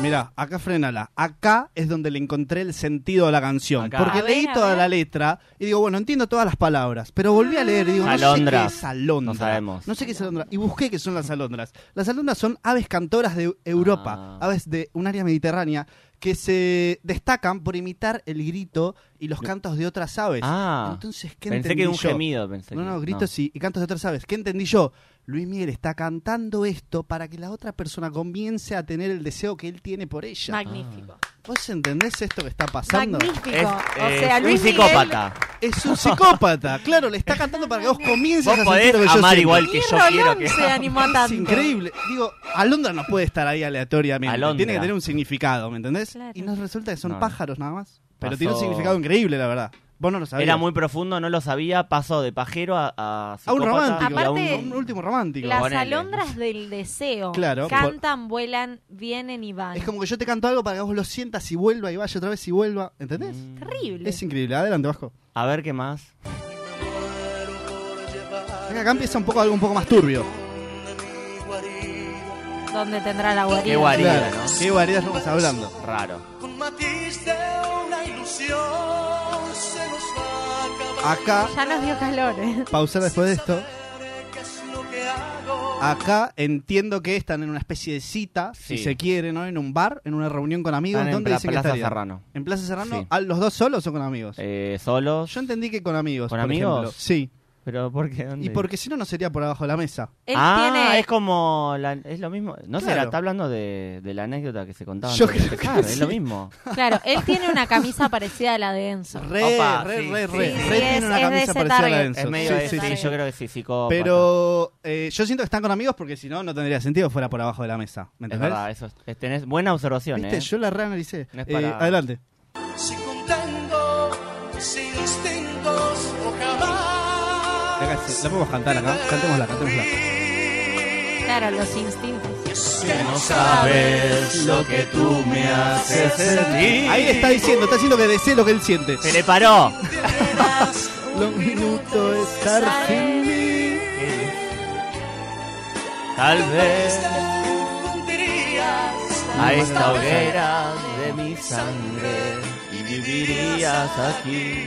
Speaker 6: Mirá, acá frenala. Acá es donde le encontré el sentido a la canción.
Speaker 5: Acá.
Speaker 6: Porque
Speaker 7: A ver,
Speaker 6: leí
Speaker 7: a
Speaker 6: toda
Speaker 7: ver. Ah.
Speaker 6: la letra y digo, bueno, entiendo todas las palabras. Pero volví a leer y digo, no
Speaker 5: Alondra.
Speaker 6: sé qué es alondra.
Speaker 5: No sabemos.
Speaker 6: No sé qué es alondra. Y busqué qué son las alondras. Las alondras son aves cantoras de Europa,
Speaker 5: Ah.
Speaker 6: aves de un área mediterránea que se destacan por imitar el grito y los cantos de otras aves.
Speaker 5: Ah.
Speaker 6: Entonces, ¿qué
Speaker 5: Pensé que
Speaker 6: entendí
Speaker 5: un
Speaker 6: yo?
Speaker 5: gemido. Pensé
Speaker 6: No,
Speaker 5: que-
Speaker 6: no, gritos Y, y cantos de otras aves. ¿Qué entendí yo? Luis Miguel está cantando esto para que la otra persona comience a tener el deseo que él tiene por ella. Ah.
Speaker 7: Magnífico.
Speaker 6: ¿Vos entendés esto que está pasando?
Speaker 7: Magnífico.
Speaker 5: Es, eh,
Speaker 7: o
Speaker 5: es
Speaker 7: sea,
Speaker 5: un
Speaker 7: Luis Miguel-
Speaker 5: psicópata.
Speaker 6: Es un psicópata, claro, le está cantando para que vos comiences
Speaker 5: Vos
Speaker 6: a sentir
Speaker 5: podés
Speaker 6: lo que yo
Speaker 5: amar
Speaker 6: siento.
Speaker 5: igual que yo
Speaker 7: Mirro
Speaker 5: quiero
Speaker 7: León
Speaker 5: que.
Speaker 7: se animó a
Speaker 6: Es
Speaker 7: tanto.
Speaker 6: increíble. Digo, Alondra no puede estar ahí aleatoriamente.
Speaker 5: Alondra.
Speaker 6: Tiene que tener un significado, ¿me entendés?
Speaker 7: Claro.
Speaker 6: Y nos resulta que son
Speaker 5: No, no.
Speaker 6: pájaros nada más. Pero tiene un
Speaker 5: Pasó-
Speaker 6: significado increíble, la verdad. Vos no lo sabías.
Speaker 5: Era muy profundo, no lo sabía. Pasó de pajero a, a
Speaker 6: A Ah, un
Speaker 5: psicópata.
Speaker 6: romántico.
Speaker 5: y a
Speaker 7: Aparte-
Speaker 6: un último romántico.
Speaker 7: Las
Speaker 5: Ponele.
Speaker 7: alondras del deseo.
Speaker 6: Claro, por-
Speaker 7: Cantan, vuelan, vienen y van.
Speaker 6: Es como que yo te canto algo para que vos lo sientas y vuelva y vaya otra vez y vuelva. ¿Entendés?
Speaker 7: Terrible.
Speaker 6: Es increíble. Adelante, Vasco.
Speaker 5: A ver qué más.
Speaker 6: Es que Acá empieza un poco algo un poco más turbio.
Speaker 7: Donde tendrá la guarida.
Speaker 5: Qué guarida,
Speaker 6: Claro.
Speaker 5: ¿no?
Speaker 6: Qué variedad estamos hablando.
Speaker 5: Raro.
Speaker 6: Acá,
Speaker 7: Ya nos dio calor. ¿eh?
Speaker 6: pausar después de esto. Acá entiendo que están en una especie de cita, si
Speaker 5: Sí.
Speaker 6: se quiere, ¿no? En un bar, en una reunión con amigos.
Speaker 5: Están en
Speaker 6: ¿Dónde
Speaker 5: Pla-
Speaker 6: dicen que
Speaker 5: Plaza
Speaker 6: estarían?
Speaker 5: Serrano.
Speaker 6: ¿En Plaza Serrano?
Speaker 5: Sí.
Speaker 6: ¿A ¿Los dos solos o con amigos?
Speaker 5: Eh, solos.
Speaker 6: Yo entendí que con amigos.
Speaker 5: ¿Con
Speaker 6: por
Speaker 5: amigos?
Speaker 6: ejemplo. Sí.
Speaker 5: Pero ¿por qué? ¿Dónde?
Speaker 6: Y porque si no, no sería por abajo de la mesa.
Speaker 7: Él
Speaker 5: ah,
Speaker 7: tiene.
Speaker 5: es como. la- es lo mismo. No sé,
Speaker 6: Claro.
Speaker 5: la- está hablando de, de la anécdota que se contaba.
Speaker 6: Yo
Speaker 5: antes de
Speaker 6: creo que
Speaker 5: empezar, Es
Speaker 6: sí.
Speaker 5: lo mismo.
Speaker 7: Claro, él tiene una camisa parecida a la de Enzo.
Speaker 6: Re,
Speaker 5: Opa,
Speaker 6: re,
Speaker 5: sí,
Speaker 6: re,
Speaker 5: sí,
Speaker 6: re.
Speaker 5: sí,
Speaker 6: Re
Speaker 7: es-
Speaker 6: tiene
Speaker 7: es
Speaker 6: una
Speaker 7: de
Speaker 6: camisa
Speaker 7: ese
Speaker 6: parecida a la de
Speaker 7: target.
Speaker 6: Enzo.
Speaker 5: Es medio.
Speaker 6: Sí,
Speaker 5: de-
Speaker 6: sí,
Speaker 5: sí,
Speaker 6: sí.
Speaker 5: yo creo que sí, psicópata.
Speaker 6: Pero eh, yo siento que están con amigos porque si no, no tendría sentido fuera por abajo de la mesa. ¿Me
Speaker 5: Es
Speaker 6: entendés?
Speaker 5: verdad, eso es- tenés buena observación,
Speaker 6: Viste,
Speaker 5: ¿eh?
Speaker 6: yo la reanalicé.
Speaker 5: No es
Speaker 6: Eh,
Speaker 5: para-
Speaker 6: adelante. Eh, Acá sí, La podemos cantar acá. Cantémosla, cantémosla.
Speaker 7: Claro, los instintos.
Speaker 6: Que no
Speaker 14: sabes lo que tú me haces sentir.
Speaker 6: Ahí le está diciendo, está diciendo que desee lo que él siente.
Speaker 5: Se le paró.
Speaker 6: Los minutos estar sin mí.
Speaker 5: Tal vez a
Speaker 14: Ahí
Speaker 5: esta
Speaker 14: está
Speaker 5: hoguera de mi sangre y vivirías aquí.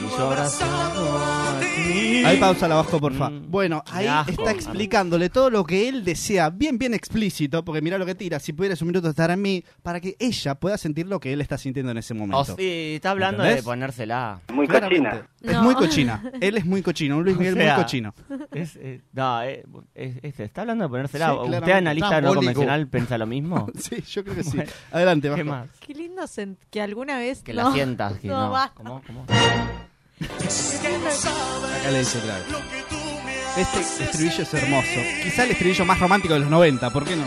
Speaker 5: Y yo abrazado a ti.
Speaker 6: Ahí pausa la bajo, porfa. Bueno, ahí
Speaker 5: Mm, asco.
Speaker 6: está explicándole todo lo que él desea, bien, bien explícito, porque mira lo que tira, si pudieras un minuto estar en mí, para que ella pueda sentir lo que él está sintiendo en ese momento.
Speaker 5: O sí, está hablando
Speaker 6: ¿Entendés?
Speaker 5: de ponérsela.
Speaker 6: Muy Claramente. cochina. Es muy cochina. Él es muy cochino, un Luis Miguel muy cochino.
Speaker 5: es, eh, no, eh, es- es- está hablando de ponérsela.
Speaker 6: Sí,
Speaker 5: ¿Usted,
Speaker 6: claramente.
Speaker 5: analista
Speaker 6: Está
Speaker 5: no
Speaker 6: bólico.
Speaker 5: convencional, piensa lo mismo?
Speaker 6: sí, yo creo que sí. Adelante,
Speaker 5: ¿Qué más?
Speaker 6: Vasco.
Speaker 8: Qué lindo sen- que alguna vez.
Speaker 5: Que la
Speaker 8: no,
Speaker 5: sientas, que no.
Speaker 8: basta.
Speaker 5: ¿Cómo? ¿Cómo?
Speaker 6: Acá le dice otra vez. Este estribillo es hermoso. Quizá el estribillo más romántico de los 90, ¿por qué no?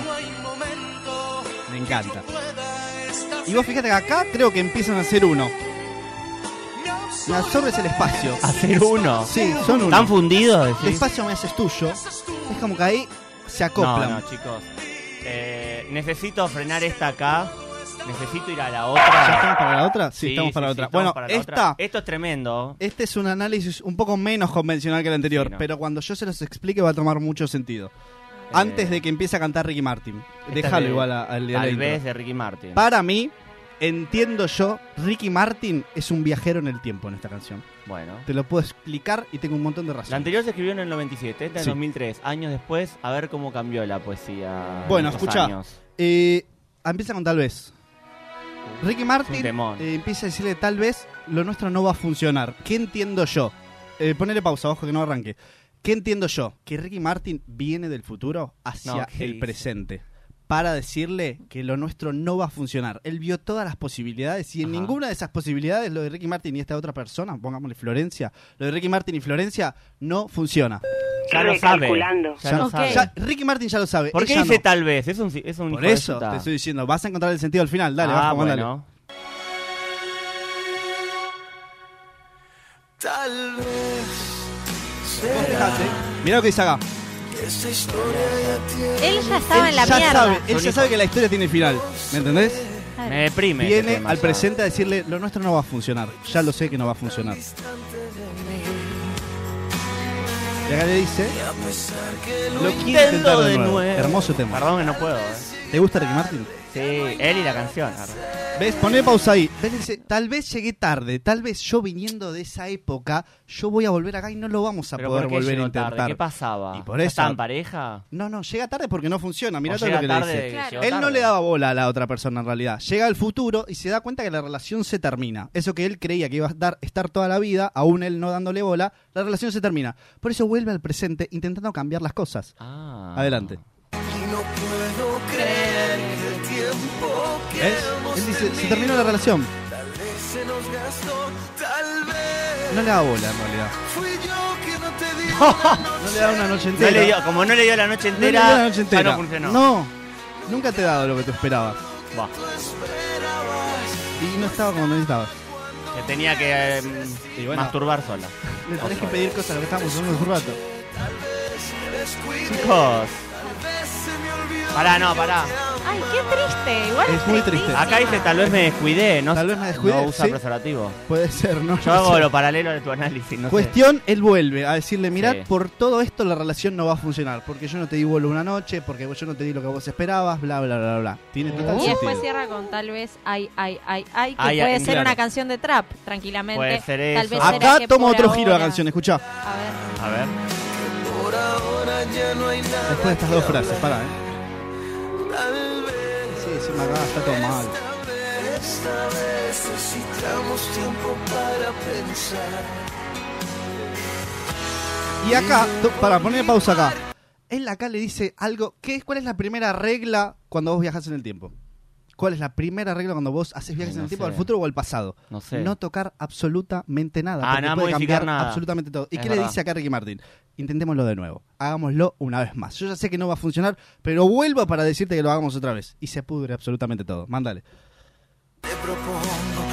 Speaker 6: Me encanta. Y vos fíjate que acá creo que empiezan a hacer uno. Me absorbes el espacio.
Speaker 5: Ah, Hacer uno.
Speaker 6: Sí, son uno.
Speaker 5: ¿Están fundidos?
Speaker 6: El
Speaker 5: decís?
Speaker 6: espacio me haces tuyo. Es como que ahí se acoplan.
Speaker 5: No, no, chicos. Eh, necesito frenar esta acá. Necesito ir a la otra.
Speaker 6: ¿Ya estamos para la otra? Sí, estamos para la otra.
Speaker 5: estamos
Speaker 6: Bueno,
Speaker 5: para la
Speaker 6: esta-
Speaker 5: otra. Esto es tremendo.
Speaker 6: Este es un análisis un poco menos convencional que el anterior,
Speaker 5: Sí, no. Eh,
Speaker 6: pero cuando yo se los explique va a tomar mucho sentido. Antes de que empiece a cantar Ricky Martin.
Speaker 5: Esta
Speaker 6: Déjalo
Speaker 5: de-
Speaker 6: igual a- al
Speaker 5: Tal
Speaker 6: al intro.
Speaker 5: vez de Ricky Martin.
Speaker 6: Para mí, entiendo yo, Ricky Martin es un viajero en el tiempo en esta canción.
Speaker 5: Bueno.
Speaker 6: Te lo puedo explicar y tengo un montón de
Speaker 5: La
Speaker 6: razones.
Speaker 5: anterior se escribió en el 97, esta en
Speaker 6: Sí.
Speaker 5: 2003. Años después, a ver cómo cambió la poesía. en
Speaker 6: Bueno,
Speaker 5: estos
Speaker 6: escucha.
Speaker 5: años.
Speaker 6: eh, empieza con tal vez. Ricky Martin
Speaker 5: temón.
Speaker 6: eh, empieza a decirle tal vez lo nuestro no va a funcionar. ¿Qué entiendo yo? Eh, ponele pausa, ojo que no arranque. ¿Qué entiendo yo? Que Ricky Martin viene del futuro hacia
Speaker 5: No, ¿qué
Speaker 6: el
Speaker 5: dice?
Speaker 6: presente para decirle que lo nuestro no va a funcionar. Él vio todas las posibilidades y en ninguna de esas posibilidades lo de Ricky Martin y esta otra persona, pongámosle Florencia, lo de Ricky Martin y Florencia no funciona.
Speaker 5: Ya lo sabe. Recalculando. Ya lo
Speaker 6: Ok.
Speaker 5: sabe.
Speaker 6: Ya- Ricky Martin ya lo sabe.
Speaker 5: ¿Por qué
Speaker 6: ella
Speaker 5: dice
Speaker 6: no.
Speaker 5: tal vez? Es un, es un
Speaker 6: Por
Speaker 5: hijo de
Speaker 6: eso
Speaker 5: puta.
Speaker 6: te estoy diciendo, vas a encontrar el sentido al final. Dale,
Speaker 5: Ah,
Speaker 6: bajo, mandale.
Speaker 5: bueno.
Speaker 14: Tal vez
Speaker 6: Mirá lo que dice acá.
Speaker 14: esa historia ya tiene.
Speaker 7: Él ya estaba en la
Speaker 6: ya
Speaker 7: mierda.
Speaker 6: sabe, él ya sabe que la historia tiene final. ¿Me entendés?
Speaker 7: Claro.
Speaker 5: Me deprime este
Speaker 6: Viene
Speaker 5: tema
Speaker 6: al
Speaker 5: ya.
Speaker 6: presente a decirle, lo nuestro no va a funcionar. Ya lo sé que no va a funcionar. Y acá le dice, lo quiero intentar de nuevo. Hermoso tema.
Speaker 5: Perdón que no puedo. eh.
Speaker 6: ¿Te gusta Ricky Martin?
Speaker 5: Sí, él y la canción.
Speaker 6: ¿Ves? Poné pausa ahí. ¿Ves? Dice, tal vez llegué tarde, tal vez yo viniendo de esa época, yo voy a volver acá y no lo vamos a
Speaker 5: Pero
Speaker 6: poder
Speaker 5: ¿por qué
Speaker 6: volver a
Speaker 5: llegó tarde?
Speaker 6: intentar.
Speaker 5: ¿Qué pasaba?
Speaker 6: Y por
Speaker 5: ¿Ya
Speaker 6: eso-
Speaker 5: ¿Estaban pareja?
Speaker 6: No, no, llega tarde porque no funciona. Mirá
Speaker 5: O
Speaker 6: todo
Speaker 5: llega
Speaker 6: lo que
Speaker 5: tarde,
Speaker 6: le dice.
Speaker 5: Claro. llegó
Speaker 6: Él no
Speaker 5: tarde.
Speaker 6: le daba bola a la otra persona en realidad. Llega al futuro y se da cuenta que la relación se termina. Eso que él creía que iba a dar- estar toda la vida, aún él no dándole bola, la relación se termina. Por eso vuelve al presente intentando cambiar las cosas.
Speaker 5: Ah.
Speaker 6: Adelante.
Speaker 14: No puedo creer que el tiempo que
Speaker 6: ¿Ves?
Speaker 14: hemos
Speaker 6: Él dice, se
Speaker 14: tenido
Speaker 6: terminó la relación.
Speaker 14: Tal vez se nos gastó, tal vez
Speaker 6: No le da bola en realidad.
Speaker 14: fui yo que no te di
Speaker 6: No le da una noche
Speaker 5: No
Speaker 6: entera.
Speaker 5: le dio- como no le dio la noche
Speaker 6: No le dio
Speaker 5: entera,
Speaker 6: la noche
Speaker 5: ya
Speaker 6: entera.
Speaker 5: Ah, no funcionó.
Speaker 6: No, nunca te he dado lo que tú esperabas.
Speaker 5: Buah,
Speaker 6: Y no estaba como necesitabas.
Speaker 5: que tenía que eh, masturbar sola.
Speaker 6: Le
Speaker 5: O
Speaker 6: tenés que
Speaker 5: solo.
Speaker 6: pedir cosas, lo que estábamos haciendo hace un rato.
Speaker 5: Chicos. Pará, no, pará.
Speaker 7: Ay, qué triste. Igual
Speaker 6: Es muy triste.
Speaker 5: Acá dice tal vez me descuidé, ¿no?
Speaker 6: Tal vez me descuidé,
Speaker 5: No usa
Speaker 6: sí.
Speaker 5: preservativo.
Speaker 6: Puede ser, ¿no?
Speaker 5: Yo
Speaker 6: No
Speaker 5: hago
Speaker 6: sé.
Speaker 5: lo paralelo de tu análisis, no sé.
Speaker 6: Cuestión, él vuelve a decirle, mirá,
Speaker 5: Sí.
Speaker 6: por todo esto la relación no va a funcionar, porque yo no te di vuelo una noche, porque yo no te di lo que vos esperabas, bla, bla, bla, bla. Tiene total
Speaker 7: Oh. Y después
Speaker 6: sentido.
Speaker 7: cierra con tal vez ay, ay, ay, ay, que
Speaker 6: Ay,
Speaker 7: puede
Speaker 6: ay,
Speaker 7: ser
Speaker 6: claro.
Speaker 7: una canción de trap, tranquilamente.
Speaker 5: Puede ser
Speaker 7: Tal
Speaker 5: eso.
Speaker 7: vez será
Speaker 6: Acá
Speaker 7: que
Speaker 6: toma
Speaker 7: por
Speaker 6: otro giro la
Speaker 7: ahora-
Speaker 6: canción, escuchá.
Speaker 7: A ver.
Speaker 5: A ver.
Speaker 14: Por ahora ya no hay nada.
Speaker 6: Después de estas dos frases, pará, ¿eh?
Speaker 14: Tal vez,
Speaker 6: Sí, encima acá está todo mal.
Speaker 14: esta vez necesitamos tiempo para pensar.
Speaker 6: Y acá, to- para poner pausa acá, él acá le dice algo, ¿qué es, ¿cuál es la primera regla cuando vos viajás en el tiempo? ¿Cuál es la primera regla cuando vos haces viajes
Speaker 5: Ay, no
Speaker 6: en el tiempo
Speaker 5: sé.
Speaker 6: al futuro o al pasado?
Speaker 5: No sé.
Speaker 6: No tocar absolutamente nada.
Speaker 5: Ah,
Speaker 6: porque
Speaker 5: no
Speaker 6: puede
Speaker 5: modificar
Speaker 6: cambiar
Speaker 5: nada.
Speaker 6: absolutamente todo. ¿Y
Speaker 5: Es
Speaker 6: qué le
Speaker 5: verdad.
Speaker 6: dice acá Ricky Martin? Intentémoslo de nuevo. Hagámoslo una vez más. Yo ya sé que no va a funcionar, pero vuelvo para decirte que lo hagamos otra vez. Y se pudre absolutamente todo. Mándale.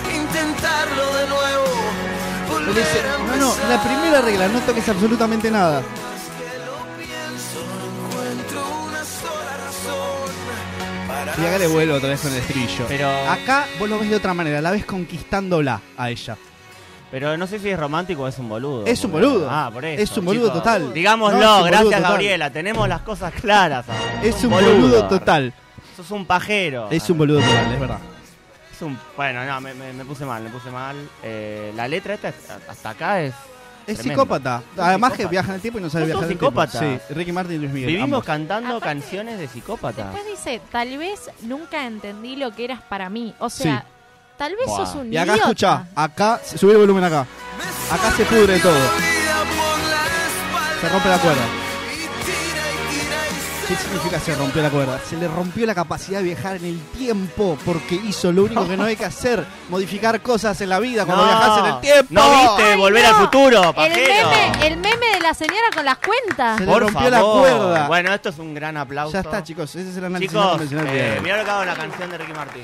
Speaker 14: Intentarlo de nuevo, volver
Speaker 6: Le dice, no, no, la primera regla, no toques absolutamente nada. Y acá le vuelvo otra vez con el estribillo.
Speaker 5: Pero-
Speaker 6: Acá vos lo ves de otra manera, la ves conquistándola a ella.
Speaker 5: Pero no sé si es romántico o es un boludo.
Speaker 6: Es un
Speaker 5: porque-
Speaker 6: boludo.
Speaker 5: Ah, por eso.
Speaker 6: Es un boludo
Speaker 5: chicos.
Speaker 6: total.
Speaker 5: Digámoslo,
Speaker 6: No, es un boludo
Speaker 5: gracias
Speaker 6: total.
Speaker 5: Gabriela. Tenemos las cosas claras. ahora.
Speaker 6: Es un boludo total.
Speaker 5: Sos un pajero.
Speaker 6: Es un boludo total, eh. es verdad.
Speaker 5: Es un- bueno, no, me, me- me puse mal, me puse mal. Eh, la letra esta es- hasta acá es.
Speaker 6: Es
Speaker 5: tremenda.
Speaker 6: psicópata.
Speaker 5: Es un
Speaker 6: Además que
Speaker 5: psicópata.
Speaker 6: viaja en el tiempo y no sabe
Speaker 5: Son
Speaker 6: viajar
Speaker 5: todos
Speaker 6: en el tiempo.
Speaker 5: psicópatas.
Speaker 6: Sí, Ricky Martin y Luis Miguel.
Speaker 5: Vivimos
Speaker 6: ambos.
Speaker 5: cantando canciones de psicópata.
Speaker 7: Después dice, tal vez nunca entendí lo que eras para mí. O sea,
Speaker 6: Sí.
Speaker 7: tal vez sos un
Speaker 6: Y acá
Speaker 7: idiota.
Speaker 6: escucha, acá, subí el volumen acá. Acá se pudre todo. Se rompe la cuerda. ¿Qué significa se rompió la cuerda? Se le rompió la capacidad de viajar en el tiempo porque hizo lo único que no hay que hacer, modificar cosas en la vida cuando
Speaker 5: No.
Speaker 6: viajas en el tiempo.
Speaker 5: No viste Eh, volver al futuro,
Speaker 7: El
Speaker 5: pajero.
Speaker 7: meme, el meme de la señora con las cuentas.
Speaker 6: Se le rompió la cuerda.
Speaker 5: Bueno, esto es un gran aplauso.
Speaker 6: Ya está, chicos, ese es el análisis más
Speaker 5: Chicos,
Speaker 6: convencional que
Speaker 5: eh,
Speaker 6: hay.
Speaker 5: mirá lo que hago en la canción de Ricky Martin.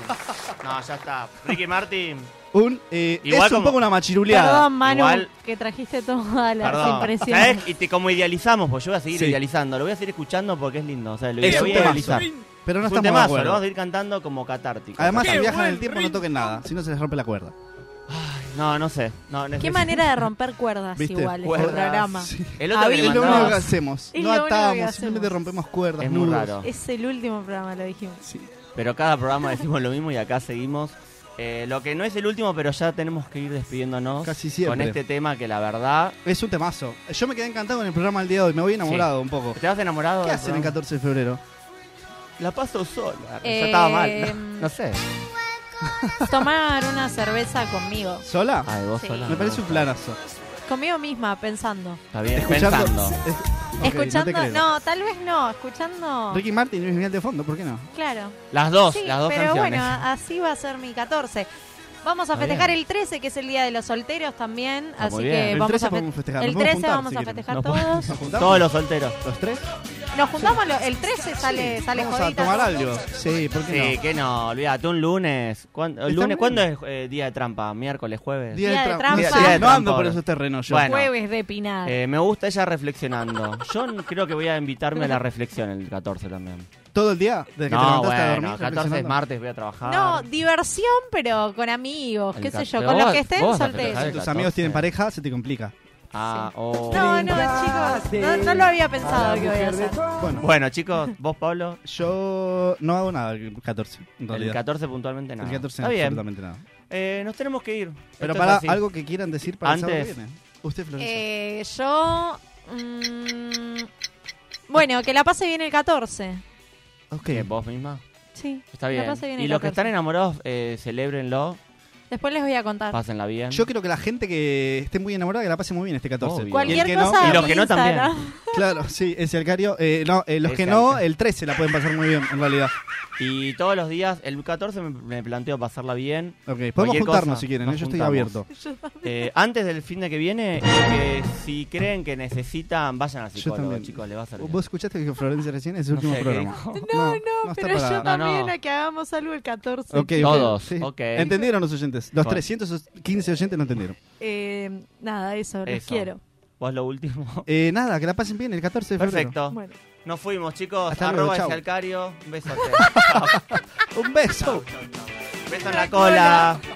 Speaker 5: No, ya está. Ricky Martin.
Speaker 6: Un, eh, es
Speaker 5: Igual
Speaker 6: un
Speaker 5: como-
Speaker 6: poco una machiruleada.
Speaker 7: Perdón, Manu,
Speaker 5: Igual-
Speaker 7: que trajiste todas las
Speaker 5: Perdón.
Speaker 7: impresiones.
Speaker 5: ¿Sabés? Y te, como idealizamos, pues yo voy a seguir
Speaker 6: Sí.
Speaker 5: idealizando. Lo voy a seguir escuchando porque es lindo. O sea, lo
Speaker 6: Es
Speaker 5: voy
Speaker 6: un
Speaker 5: a
Speaker 6: temazo.
Speaker 5: idealizar.
Speaker 6: Pero no
Speaker 5: Es un
Speaker 6: estamos de
Speaker 5: temazo,
Speaker 6: acuerdo.
Speaker 5: Lo vamos a ir cantando como catártico.
Speaker 6: Además, si
Speaker 5: Catártico.
Speaker 6: viajan en el tiempo no toquen nada, si no se les rompe la cuerda.
Speaker 5: No, no sé. No,
Speaker 7: Qué
Speaker 5: necesito-
Speaker 7: manera de romper cuerdas
Speaker 6: ¿Viste?
Speaker 7: igual este
Speaker 5: Cuerdas.
Speaker 7: programa.
Speaker 5: Sí. El otro que le
Speaker 6: es lo
Speaker 5: mandabas.
Speaker 6: único que hacemos.
Speaker 7: Es lo
Speaker 6: no
Speaker 7: único que
Speaker 6: atamos,
Speaker 7: hacemos.
Speaker 6: simplemente rompemos cuerdas.
Speaker 5: Es muy
Speaker 6: nudos.
Speaker 5: raro.
Speaker 7: Es el último programa, lo dijimos.
Speaker 5: Pero cada programa decimos lo mismo y acá seguimos. Eh, lo que no es el último, pero ya tenemos que ir despidiéndonos
Speaker 6: Casi siempre.
Speaker 5: con este tema que la verdad.
Speaker 6: Es un temazo. Yo me quedé encantado con el programa del día de hoy. Me voy enamorado
Speaker 5: Sí.
Speaker 6: un poco.
Speaker 5: ¿Te vas enamorado?
Speaker 6: ¿Qué
Speaker 5: del
Speaker 6: hacen el
Speaker 5: programa?
Speaker 6: 14 de febrero?
Speaker 5: La paso sola.
Speaker 7: Eh,
Speaker 5: Ya estaba mal. No sé.
Speaker 7: Tomar una cerveza conmigo.
Speaker 6: ¿Sola?
Speaker 5: Ay, vos
Speaker 7: Sí.
Speaker 5: sola.
Speaker 6: Me parece un planazo.
Speaker 7: Conmigo misma, pensando.
Speaker 5: Está bien,
Speaker 6: Escuchando-
Speaker 5: pensando.
Speaker 6: Es- ok,
Speaker 7: escuchando.
Speaker 6: no te creo.
Speaker 7: No, tal vez no. Escuchando.
Speaker 6: Ricky Martin y Luis Miguel de fondo, ¿por qué no?
Speaker 7: Claro.
Speaker 5: Las dos,
Speaker 7: Sí,
Speaker 5: las dos
Speaker 7: pero
Speaker 5: canciones.
Speaker 7: bueno, así va a ser mi 14. Vamos a
Speaker 5: Está
Speaker 7: festejar
Speaker 5: bien.
Speaker 7: el 13, que es el día de los solteros también.
Speaker 5: Está
Speaker 7: así
Speaker 5: muy bien.
Speaker 7: que
Speaker 5: El
Speaker 7: vamos
Speaker 6: 13
Speaker 7: a fe-
Speaker 6: podemos festejar,
Speaker 7: El
Speaker 6: nos podemos
Speaker 7: 13
Speaker 6: juntar,
Speaker 7: vamos
Speaker 6: si
Speaker 7: a
Speaker 6: quieren.
Speaker 7: festejar
Speaker 5: Nos
Speaker 7: todos.
Speaker 5: podemos-
Speaker 6: ¿Nos juntamos?
Speaker 5: Todos los solteros.
Speaker 6: ¿Los tres?
Speaker 7: Nos juntamos lo- el 13, sale, sale
Speaker 6: Vamos a
Speaker 7: jodita.
Speaker 6: tomar algo. Sí, ¿por qué
Speaker 5: Sí,
Speaker 6: no?
Speaker 5: que no, olvídate, un lunes. ¿Cuándo, el
Speaker 6: Está
Speaker 5: lunes,
Speaker 6: bien.
Speaker 5: ¿cuándo es eh, día de trampa? ¿Miércoles, jueves?
Speaker 6: Día de
Speaker 7: de
Speaker 6: tra-
Speaker 7: trampa.
Speaker 6: no sé,
Speaker 7: Día de
Speaker 6: No
Speaker 5: trampa
Speaker 6: ando por
Speaker 5: ahora.
Speaker 6: esos terrenos yo.
Speaker 5: Bueno.
Speaker 7: Jueves de Pinar.
Speaker 5: Eh, me gusta ella reflexionando. Yo n- creo que voy a invitarme a la reflexión el 14 también.
Speaker 6: ¿Todo el día? ¿Desde que te
Speaker 5: No,
Speaker 6: levantaste a dormir?
Speaker 5: bueno, 14 es
Speaker 6: reflexionando?
Speaker 5: martes, voy a trabajar.
Speaker 7: No, diversión, pero con amigos,
Speaker 5: ah. El
Speaker 7: qué sé yo,
Speaker 5: 14.
Speaker 7: con los que
Speaker 5: Vos-
Speaker 7: estén
Speaker 5: vos vas a
Speaker 7: solteros.
Speaker 5: festejar el
Speaker 6: Tus
Speaker 5: 14.
Speaker 6: amigos tienen pareja, se te complica.
Speaker 5: Ah, oh.
Speaker 7: No, no, chicos, no, no lo había pensado que voy a hacer.
Speaker 6: Bueno,
Speaker 5: Bueno, chicos, vos, Pablo,
Speaker 6: yo no hago nada el 14, en
Speaker 5: el
Speaker 6: realidad.
Speaker 5: 14 puntualmente nada.
Speaker 6: El 14
Speaker 5: Está bien.
Speaker 6: absolutamente nada.
Speaker 5: Eh, nos tenemos que ir. Esto
Speaker 6: Pero
Speaker 5: es
Speaker 6: para
Speaker 5: así.
Speaker 6: algo que quieran decir para el sábado que
Speaker 5: Antes.
Speaker 6: viene. Usted, Florencia.
Speaker 7: Eh, yo. mm, bueno, que la pase bien el 14.
Speaker 6: ok.
Speaker 5: Eh, ¿Vos misma?
Speaker 7: Sí.
Speaker 5: Está
Speaker 7: que
Speaker 5: bien.
Speaker 7: La pase bien
Speaker 5: Y
Speaker 7: el
Speaker 5: los que
Speaker 7: 14.
Speaker 5: están enamorados, eh, celébrenlo,
Speaker 7: Después les voy a contar.
Speaker 5: pásenla bien.
Speaker 6: Yo creo que la gente que esté muy enamorada que la pase muy bien este 14.
Speaker 5: Obvio.
Speaker 6: Y el
Speaker 7: Cualquier
Speaker 6: que
Speaker 7: cosa.
Speaker 6: no,
Speaker 5: Y los
Speaker 7: mi
Speaker 5: que no también.
Speaker 7: Instagram.
Speaker 6: claro, sí, es el cario. Eh, no, eh, los
Speaker 5: Es
Speaker 6: que
Speaker 5: el
Speaker 6: no,
Speaker 5: cario.
Speaker 6: el 13 la pueden pasar muy bien, en realidad.
Speaker 5: Y todos los días, el 14 me, me planteo pasarla bien.
Speaker 6: Ok, podemos
Speaker 5: Cualquier
Speaker 6: juntarnos
Speaker 5: cosa,
Speaker 6: si quieren,
Speaker 5: nos
Speaker 6: eh, yo estoy
Speaker 5: juntamos.
Speaker 6: abierto.
Speaker 5: Eh, antes del fin de que viene, y que si creen que necesitan, vayan al psicólogo,
Speaker 6: también.
Speaker 5: chicos, le va a servir.
Speaker 6: ¿Vos escuchaste que Florencia recién es su
Speaker 5: No
Speaker 6: último
Speaker 5: sé qué
Speaker 6: programa?
Speaker 5: dijo.
Speaker 7: No, no,
Speaker 6: está
Speaker 7: pero yo
Speaker 6: para-
Speaker 7: también
Speaker 5: no.
Speaker 7: a que hagamos algo el 14.
Speaker 6: Ok, ok,
Speaker 5: Todos,
Speaker 6: sí.
Speaker 5: ok.
Speaker 6: Entendieron los oyentes. Los
Speaker 5: Bueno.
Speaker 6: 315 oyentes no entendieron.
Speaker 7: Eh, nada, eso, los
Speaker 5: Eso.
Speaker 7: quiero.
Speaker 5: Vos lo último.
Speaker 6: Eh, nada, que la pasen bien el 14 de febrero.
Speaker 5: Perfecto.
Speaker 7: Bueno.
Speaker 5: Nos fuimos, chicos.
Speaker 6: Hasta luego,
Speaker 5: Arroba
Speaker 6: chau.
Speaker 5: ese Alcario. Un beso. Chau,
Speaker 6: Un beso.
Speaker 5: chau, chau. Beso en la cola.